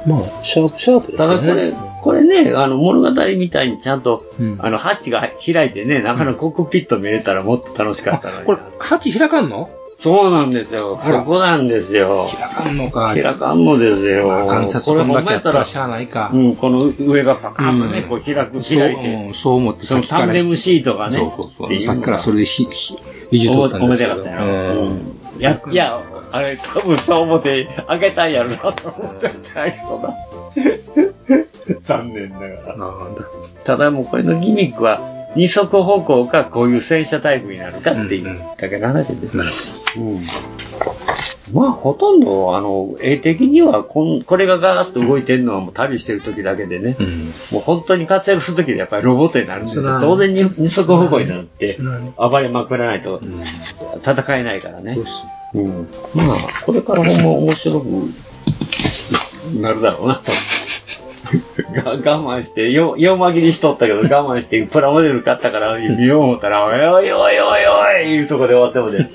まあ、シャープシャープですただよこね。れ、これね、あの物語みたいにちゃんと、あの、ハッチが開いてね、中のコックピット見れたらもっと楽しかったのに。これ、ハッチ開かんのそうなんですよ。あらそこなんですよ。開かんのか。開かんのですよ。観察ここれんほだんけまややっったたらら、しゃあないか。うん、この上がパカンとね、うんこう開く、そう開いうんて。そう思ってそさっのきかタら。ンデムシートがね。そうそうってそう。いさっのきからがそれでひ、ひ、いじっとったんですけど。おもてなかったやろうん。いや、いや、あれ、多分そう思って開けたんやろなと思ってたけどな。 残念ながら。ただもうこれのギミックは、二足歩行かこういう戦車タイプになるかっていうだけの話です。うんまあ、ほとんど、あの、絵的にはこん、これがガーッと動いてるのはもう旅してる時だけでね、もう本当に活躍する時でやっぱりロボットになるんでそすうよ。だ当然に二足歩行になってそうだね、暴れまくらないと戦えないからね。うんまあ、これからほんま面白くなるだろうなと。 が我慢して、よ、よまぎりしとったけど、我慢して、プラモデル買ったから、見よう思ったら、おいおいおいおいおいいうとこで終わってもね、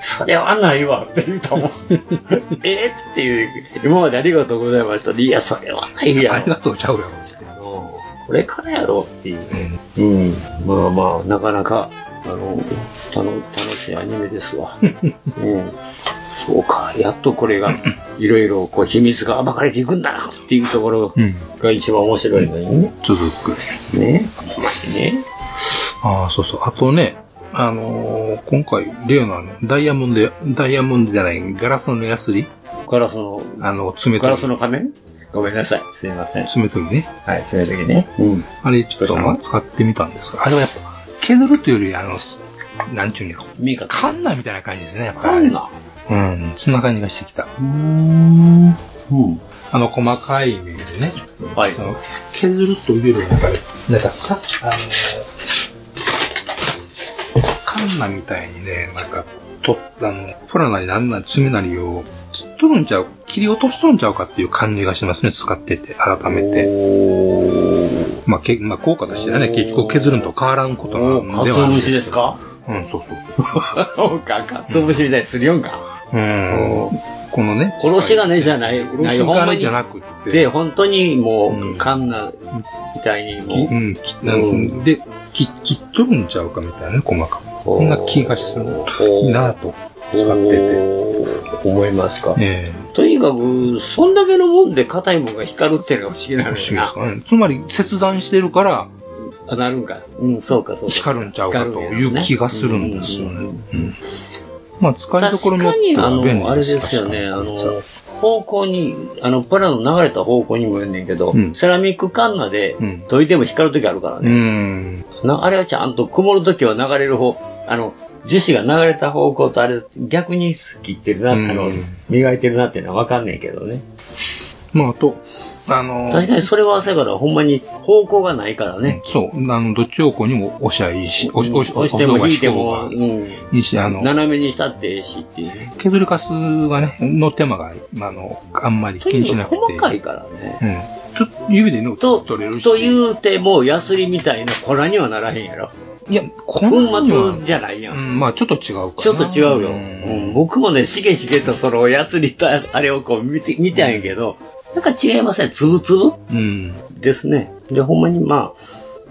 それはないわって言うと思う。 えっていう、今までありがとうございました。いや、それはないやろ。ありがとうちゃうやろ。これからやろっていう。うん。まあまあ、なかなか、あの、たの楽しいアニメで すわ。うん。そうか、やっとこれが、いろいろ、こう、秘密が暴かれていくんだなっていうところが一番面白いのにね。続く。ね。ほんまにね。ああ、そうそう。あとね、あのー今回、例のあの、ダイヤモンドや、ダイヤモンドじゃない、ガラスのヤスリガラスの、あの、爪ガ研ラスの仮面ごめんなさい。すいませんぎ。。爪研ぎね。はい、爪研ぎね。うん。あれ、ちょっと、まあ、使ってみたんですが、あれはやっぱ、削るというより、あの、すなんちゅうんやろ。ミカカンナみたいな感じですね、やっぱカり。ンナうん、そんな感じがしてきた。うん。あの、細かい面でね。はい。削るというよりも、なんか、なんかさ、あのー、カンナみたいにね、なんか、と、あの、プラなりなんなり、爪なりを切っとるんちゃう、切り落としとんちゃうかっていう感じがしますね、使ってて、改めて。まあ、けまあ、効果としてはね、結局削るのと変わらんことなんかでつはあおるん節でですすかうん、そうそう。そうか、 かつお節みたいにすりよんか。うん。このね、殺し金じゃない、ロないシほんガまネにじゃ。なくて、で、本当にもう、カンナみたいにきもう、うん、きなんかそので、き切っとるんちゃうかみたいなね、細かく。そんな気がするなぁと、使ってて。思いますか。えとにかく、そんだけのもんで硬いもんが光るっていうのが不思議なのえよしいですな。かね。つまり、切断してるから、あ、なるんか。うん、そうか、そうか。光るんちゃうかという気がするんですよね。うんまあ、使いどころ確によっかてに、あは便利の、あれですよ確かにね、あの、方向に、あの、プラの流れた方向にもよんねんけど、セラミックカンナで、どいても光るときあるからうね。ん。なあれはちゃんと曇るときは流れる方、あの、樹脂が流れた方向とあれ、逆に切ってるな、あの、磨いてるなっていうのはわかんねんけどね。まあ、あと、あのー大体それはせからほんまに方向がないからね。そう、あの、どっち方向にも押しゃいいし、押し、押し、押しても押引いして方も、がうんいいし、あの、斜めにしたってええしっていう。削りカスはね、の手間が、あの、あんまり気にしなくて。細かいからね。うん。ちょっと指でね、取れるし。と言うても、ヤスリみたいな粉にはならへんやろ。いや、粉には粉末じゃないやん。うんまあ、ちょっと違うかな。ちょっと違うよ。んうん僕もね、しげしげとそのヤスリとあれをこう見て、見たんやけど、なんか違いません。つぶつぶうん。ですね。で、ほんまにま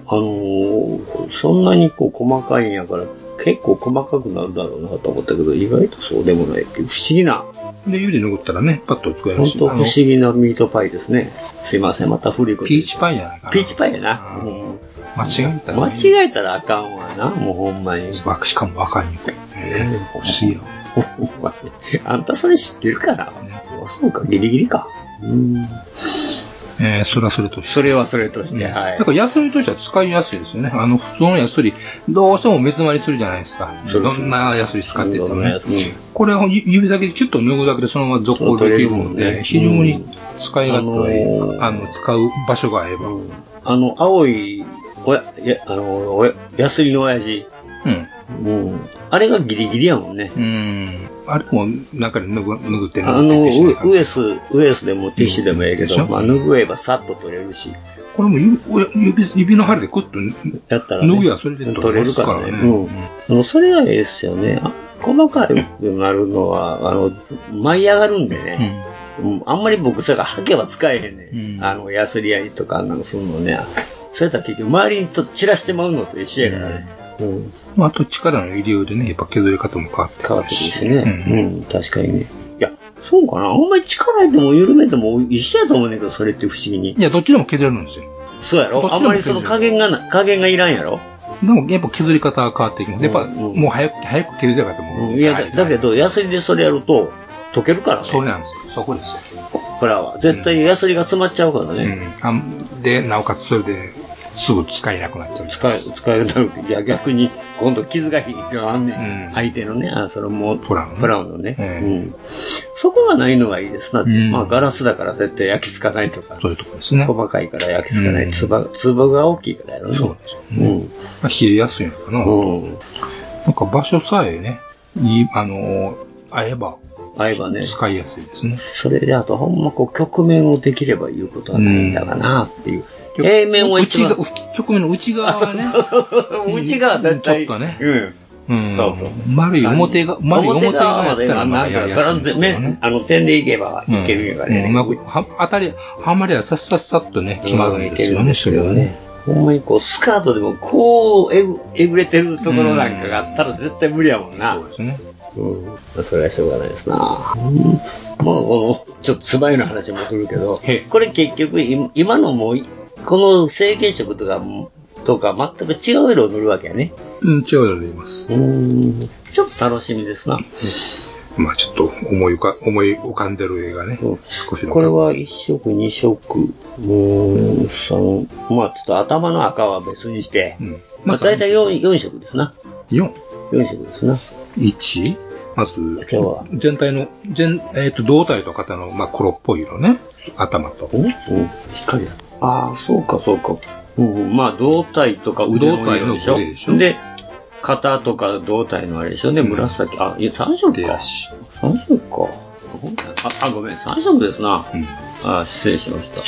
あ、あのーそんなにこう細かいんやから、結構細かくなるだろうなと思ったけど、意外とそうでもないっていう不思議な、で、指で残ったらね、パッと使える本し。当不思あ議なミートパイですね。すいません、また古いこのとピ言ーって。チパイじゃないかな。ピーチパイやな。うん間違えた間らね。違えたらあかんわな、もうほんまに。わしかもわかりにくい。ね不思議よ。ほんまに あんたそれ知ってるから。あそうか、ギリギリか。うん。えー、それはそれとして。それはそれとして、はいなん。か、ヤスリとしては使いやすいですよね。あの、普通のヤスリ、どうしても目詰まりするじゃないですか。そうどんなヤスリ使っててもね。うんこれを指先でキュッと脱ぐだけでそのまま続行できるの取れるもんねで、非常に使い勝手がいい。うんあの、使う場所が合えば。うん。あの、青い、おや、やあの、おや、ヤスリの親父。うん。あれがギリギリやもんね。うん。あれも中で脱ぐ、脱ぐってあのの、もウウエス、ウエスでもティッシュでもええけうんでど、しょまあ、拭えばさっと取れるし。これも指指指の針でクッとやったら、脱ぐやそれで取れるからね。うん。でもそれがええですよね。あ細かくなるのは、あの、舞い上がるんでね。うんあんまり僕、それから、はけば使えへんね、ん。あの、ヤスリやりとか、なんかするのね。それだったら結局、周りにと散らしてまうのと一緒やからね。うん。まあ、あと力の入れようでね、やっぱ削り方も変わってく変わっるてくし。るしね。うん、確かにね。いや、そうかな。あんまり力入れても緩めても一緒やと思うねんけど、それって不思議に。いや、どっちでも削れるんですよ。そうやどっろちあんでもまいりけるその加減がな、加減がいらんやろでも、やっぱ削り方は変わっていきます。やっぱ、うんうんもう早く、早く削りたかったもん。いや、だだけど、ヤスリでそれやると、溶けるからね。そうなんですよ。そこですよ。ほら、絶対ヤスリが詰まっちゃうからね。あんで、なおかつそれで、すぐ使えなくなっちゃう。使え、使えるだろうけど、いや、逆に、今度傷がひいてあんねん。相手のね、あ、それも、プラウン。のね、うん。そこがないのがいいですな、まあ、ガラスだから絶対焼きつかないとか。そういうとこですね。細かいから焼きつかない。つば、つばが大きいからやろね。そうでうん。まあ、冷えやすいのかな。うん。なんか場所さえね、いい、あのー、合えば、合えばね。使いやすいですね。それで、あと、ほんま、こう、局面をできれば言うことはないんだかな、っていう。平面を一番内。側局面の内側はね、 内側絶対。ちょっとね。うん。うんそうそう。丸い表が、丸い表表側側まではまなあんかやりやすいんですけどねあの点でいけばいけるんやからねうんうまく、は当たり、はまりはさっさっさっとね、決まるんですようんね、いそれはね。ほんまにこう、スカートでもこうえぐ、えぐれてるところなんかがあったら絶対無理やもんな。そうですね。うん。それはしょうがないですな。まあ、この、ちょっとつばいの話に戻るけど、これ結局今、今のもう、この成形色とかも、とか全く違う色を塗るわけやね。うん、違うようでいます。ちょっと楽しみですな。まあちょっと思い浮か、思い浮かんでる絵がね、少しの。これは1色、2色、うーん、3、まあちょっと頭の赤は別にして、まあ大体 4, 4色ですな。 4。 4色ですな。 1、まずじゃあ、全体の、全、えっ、と、胴体と肩の、まあ、黒っぽい色ね。頭と。うん、光ああ、そうか、そうか。うん、まあ胴体とか腕の色でしょ。胴体の腕でしょで肩とか胴体のあれでしょね、紫。あ、いや、3色か。3色か。あ、あごめん、3色ですな。あ失礼しました。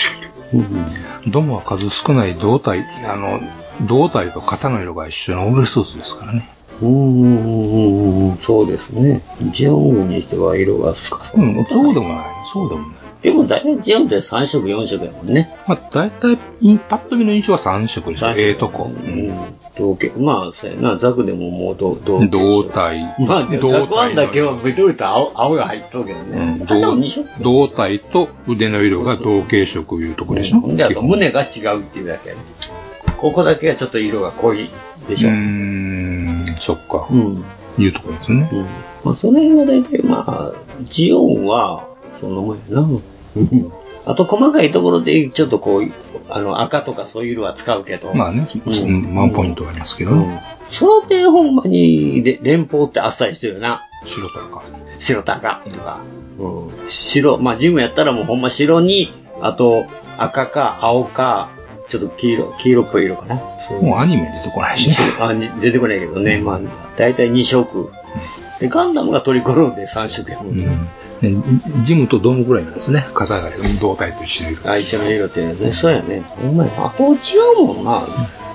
どもは数少ない胴体、あの、胴体と肩の色が一緒のオーベルスーツですからね。うーん、そうですね。ジオングにしては色が少そう。うん、そうでもない。そうでもない。でも大体ジオンって3色、4色やもんね。まあ、大体、いパッと見の印象は3色ですよ。ええとこ。同系まあ、そうやな、ザクでももう同同胴体。まあ、胴ザクワンだけはブトリと青青が入っとうけどね。あと2色。胴体と腕の色が同系色いうとこでしょ。ほんで、あと胸が違うっていうだけやね。ここだけがちょっと色が濃いでしょ。うーん、そっか。うん。いうとこですね。まあ、その辺が大体、まあ、ジオンは、そのもんやな。あと、細かいところで、ちょっとこう、あの、赤とかそういう色は使うけど。まあね、うんワンポイントありますけどね。その点、ほんまに、れ連邦ってあっさりしてるよな。白と赤。白と赤とか。うん。白、まあ、ジムやったらもうほんま白に、あと、赤か青か、ちょっと黄色、黄色っぽい色かな。もうアニメ出てこないしね。あに出てこないけどね、まあ、だいたい2色。で、ガンダムがトリコロールで3色やもんね。ねジムとドームぐらいなんですね。片貝の胴体と一緒にいる。あ、一緒の色ってやつね。そうやね。ほんまやな。あと違うもんな。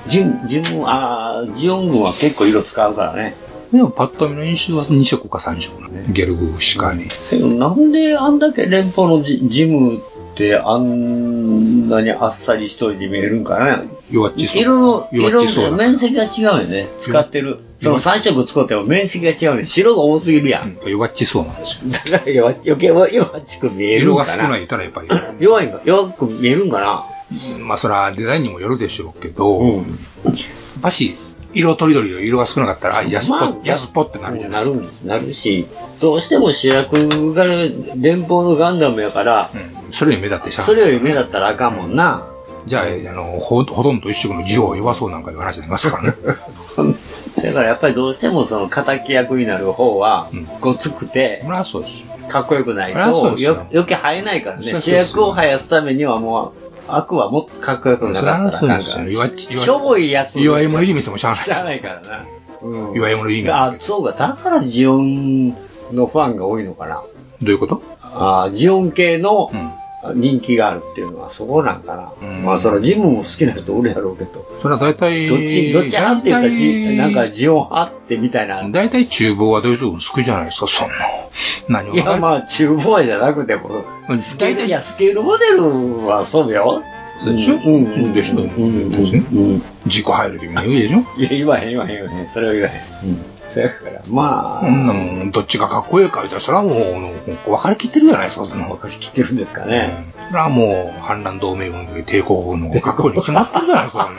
ジム、ジム、あージオン軍は結構色使うからね。でもパッと見の印象は2色か3色だね。ゲルグシカに。でもなんであんだけ連邦のジジムってあんなにあっさり一人で見えるんかな弱っちそう。色の、弱色っちそうだの面積が違うよね。使ってる。その3色使っても面積が違うね。白が多すぎるやん。弱っちそうなんですよ。だから弱っ余計弱っちく見える色んがか少な。ない言ったらやっぱり。弱いんか、弱く見えるんかな。まあそらデザインにもよるでしょうけど、やっぱし、色とりどりの色が少なかったら、あ、安っぽ、まあ安っぽってなるじゃないなる、なるし、どうしても主役が連邦のガンダムやから、それより目立ってしゃあそれより目立ったらあかんもんな。じゃあ、あの、ほ、ほとんど一色の字を弱そうなんかいう話になります からね。だからやっぱりどうしてもその敵役になる方は、ごつくて、かっこよくないそりゃそうと、ですよよ余計映えないからそりね。ゃそう主です役を生やすためにはもう、悪はもっとかっこよくなかったそりらゃあかそうでんすかよら。弱っち弱っしょぼいやつ。弱いもの意味してもしゃあないしゃあないからな。うん弱いもの意味あ、そうか。だからジオンのファンが多いのかな。どういうことあージオン系の人気があるっていうのはそこなんかな。まあそのジムも好きな人おるやろうけど。それは大体、どっち、どっち派って言ったら大ジ、体なんかジオン派ってみたいな。大体厨房はどういうとこも好きじゃないですか、そんな。何を。いや、まあ、厨房じゃなくても、スケール、いや、スケールモデルはそうよ。そうでしょうんうんうんでしょうんですねうん自己入るときも言うでしょいや、言わへん、言わへん、言わへん。それは言わへん。そやから、まあ、そんなもん、どっちがかっこいいか言ったら、それはもう、分かりきってるじゃないですか、そんな。分かりきってるんですかね。それはもう、反乱同盟軍の時帝国軍の方がかっこいいに決まってるじゃないですか、そん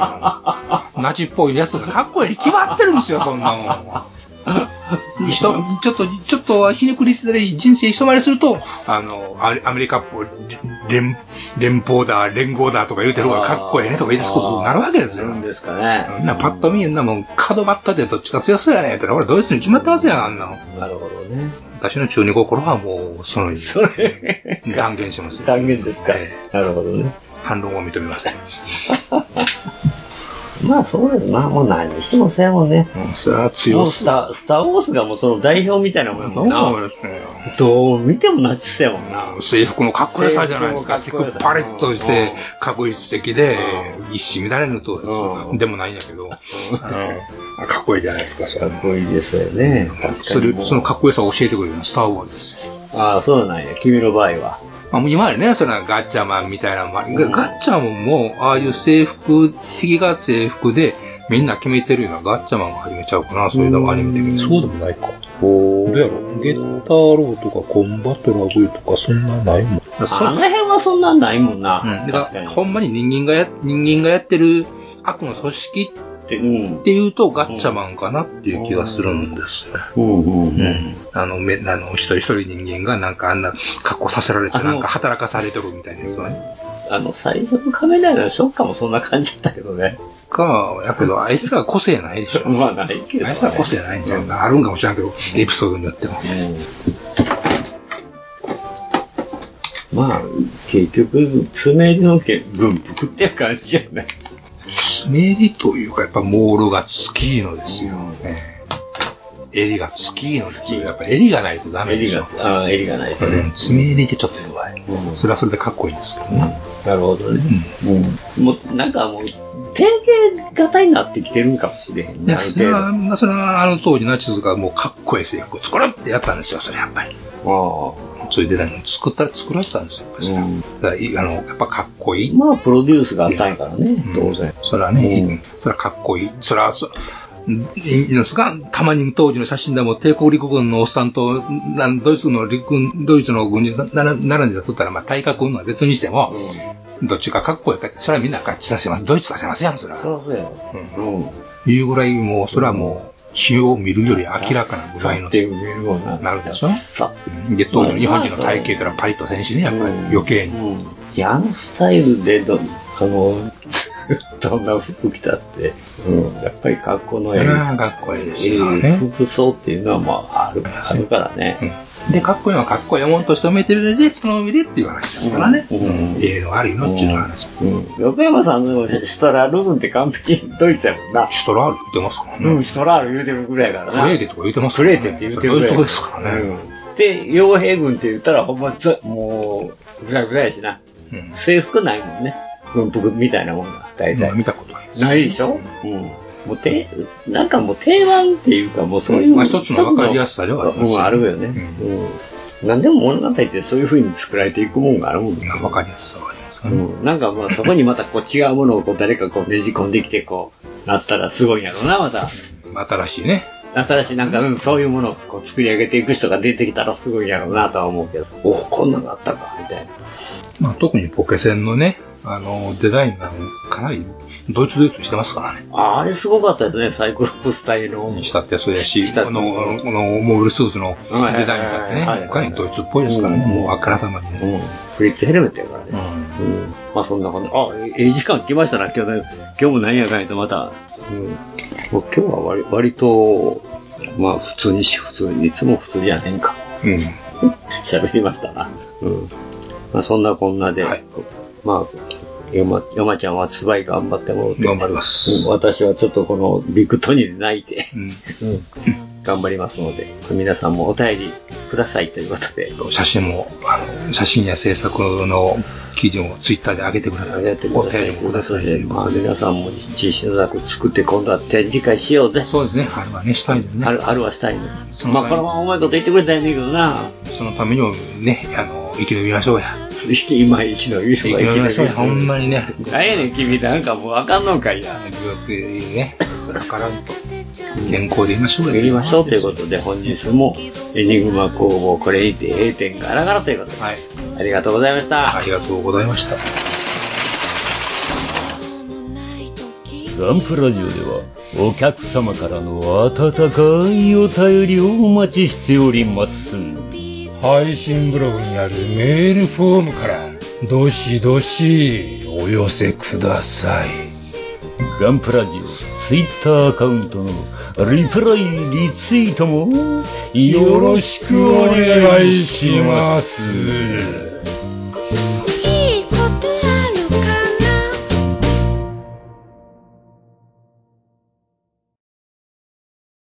な。ナチっぽいやつがかっこいいに決まってるんですよ、そんなもん。 ひとちょっと、ちょっと、ひねくりつり人生一回りすると、あの、あれアメリカっぽい、連、連邦だ、連合だとか言うてる方がかっこいいねとか言い出すことになるわけですよ。なんですかね。そんなパッと見んなもん、角ばったでどっちが強そうやねんってのは、俺ドイツに決まってますやん、あんなの。なるほどね。私の中二心はもう、その、それ、断言しますよ。断言ですか。なるほどね。反論を認めません。まあ、そうです。まあ、もう何にしてもそうやもんね。それはも強うすスター、スター・ウォースがもうその代表みたいなもんやもんな。そうですよ。どう見てもナチスやもんな。制服のかっこよさじゃないですか。制制服のかっ服こよさパレッとして、確一的で、一糸乱れぬと、でもないんやけど、あのかっこいいじゃないですか、それかっこいいですよね。確かにそれそのかっこよさを教えてくれるのはスター・ウォーズですよ。ああ、そうなんや。君の場合は。まあ、もう今までね、それはガッチャマンみたいなのもあり、うんガッチャマンも、ああいう制服、敵が制服で、みんな決めてるようなガッチャマンが始めちゃうかな、そういうのはアニメ的に。そうでもないか。おどうやろゲッターローとかコンバトラグとかそんなないもん。あの辺はそんなんないもんな。だから、ほんまに人間がや、人間がやってる悪の組織って、っていうとガッチャマンかなっていう気がするんですね。うんあの、め、あの、一人一人人間がなんかあんな格好させられて、なんか働かされてるみたいですよね。あの、最初の仮面ライダーのショッカーもそんな感じだったけどね。 か、やけど、あいつら個性ないでしょ。まあ、ないけど、あいつら個性ないんだよな。あるんかもしれんけど、エピソードによっても。まあ、結局、爪の毛分布って感じやね。スメリというか、やっぱモールがつきのですよね。襟がつきのですよ。やっぱ襟がないとダメでしょ。襟があー襟がないとねうん爪襟ってちょっと弱い。それはそれでかっこいいんですけどね。なるほどね。もう、なんかもう、典型型になってきてるんかもしれへんいね。や、あるそ程れ度は、まあそれはあの当時ナチスがもうかっこいい制服を作ろうってやったんですよ、それやっぱり。そういうデザインを作ったら作らせたんですよ、やっぱりそれはだからいあの、やっぱかっこいい。まあ、プロデュースがあったんやからね、当然。それはね、それはかっこいい。それは、そんいいんですが、たまに当時の写真でも帝国陸軍のおっさんと、なドイツの陸軍、ドイツの軍人なな並んで撮ったら、まあ体格云々は別にしても、どっちがかっこいいかって、それはみんな合致させます。ドイツさせますやん、それは。そうやうん。いうぐらい、もう、それはもう、日を見るより明らかなぐらいの。って見るような。なるでしょさで、当時の日本人の体型からパリッと戦士ね、やっぱり余計に。いや、あのスタイルでど、あの、 どんな服着たって、うん、やっぱり格好のそれえはかっこいいですよねええ服装っていうのはまああるあるからね。で、かっこいいのはかっこいいもんとして埋めてるので、その上でっていう話ですからね。ええのあるよっていう話。横山さんのシトラール分って完璧にドイツやもんな。シトラール言ってますからね。うん、シトラール言うてるぐらいだからな。フレーテとか言うてますフレーテって言うてるぐらい。そうですからね。で、傭兵軍って言ったらほんまず、もう、ぐらぐらやしな。制服ないもんね。軍服みたいなもんが、大体。見たことないです。ないでしょうん。もうて、なんかもう定番っていうか、もうそういう。まあ一つの分かりやすさではありますよねうん、あるよね。うん。なんでも物語ってそういう風に作られていくもんがあるもんね。分かりやすさはありますからね。うん。なんかまあそこにまたこう違うものをこう誰かこうねじ込んできてこう、なったらすごいんやろうな、また。新しいね。新しいなんか、うん、そういうものをこう作り上げていく人が出てきたらすごいんやろうなとは思うけど、おこんなのあったか、みたいな。まあ特にポケセンのね、あの、デザインがかなりドイツドイツしてますからね。ああれすごかったですね、サイクロプス隊の。したってそうやし、あの、あの、モールスーツのデザインさってね、他にドイツっぽいですからね、もうあからさまにね。うん。フリッツヘルメットやからね。うん。まあそんな感じ。あ、ええ時間来ましたな、今日ね。今日も何やかんやとまた。うん。もう今日は割割と、まあ普通にし、普通に、いつも普通じゃねえんか。うん。喋りましたな。うん。まあそんなこんなで、まあ、山山ちゃんはつばい頑張ってもらって。頑張りますうん私はちょっとこのビクトニーで泣いて、うん頑張りますので、皆さんもお便りくださいということで。写真も、あの、写真や制作の記事もツイッターで上げてください。やってください。お便りもください。まあ、皆さんも自信作作って今度は展示会しようぜ。そうですね、春はね、したいですね。ある、あるはしたいね。まあ、このままうまいこと言ってくれたらいいんだけどな。 そのためにもね、あの、生き延びましょうや。今、生きのいい人生がき延びましょうや。生きほんまにね。のいい人。何やねん、君なんかもうあかんのんかいや。病気にね、かからんと。健康でいましょうや。やりましょうということで、本日もエニグマ工房これにて閉店ガラガラということで、はい。ありがとうございました。ありがとうございました。ガンプラジオではお客様からの温かいお便りをお待ちしております配信ブログにあるメールフォームからどしどしお寄せくださいガンプラジオツイッターアカウントのリプライリツイートもよろしくお願いします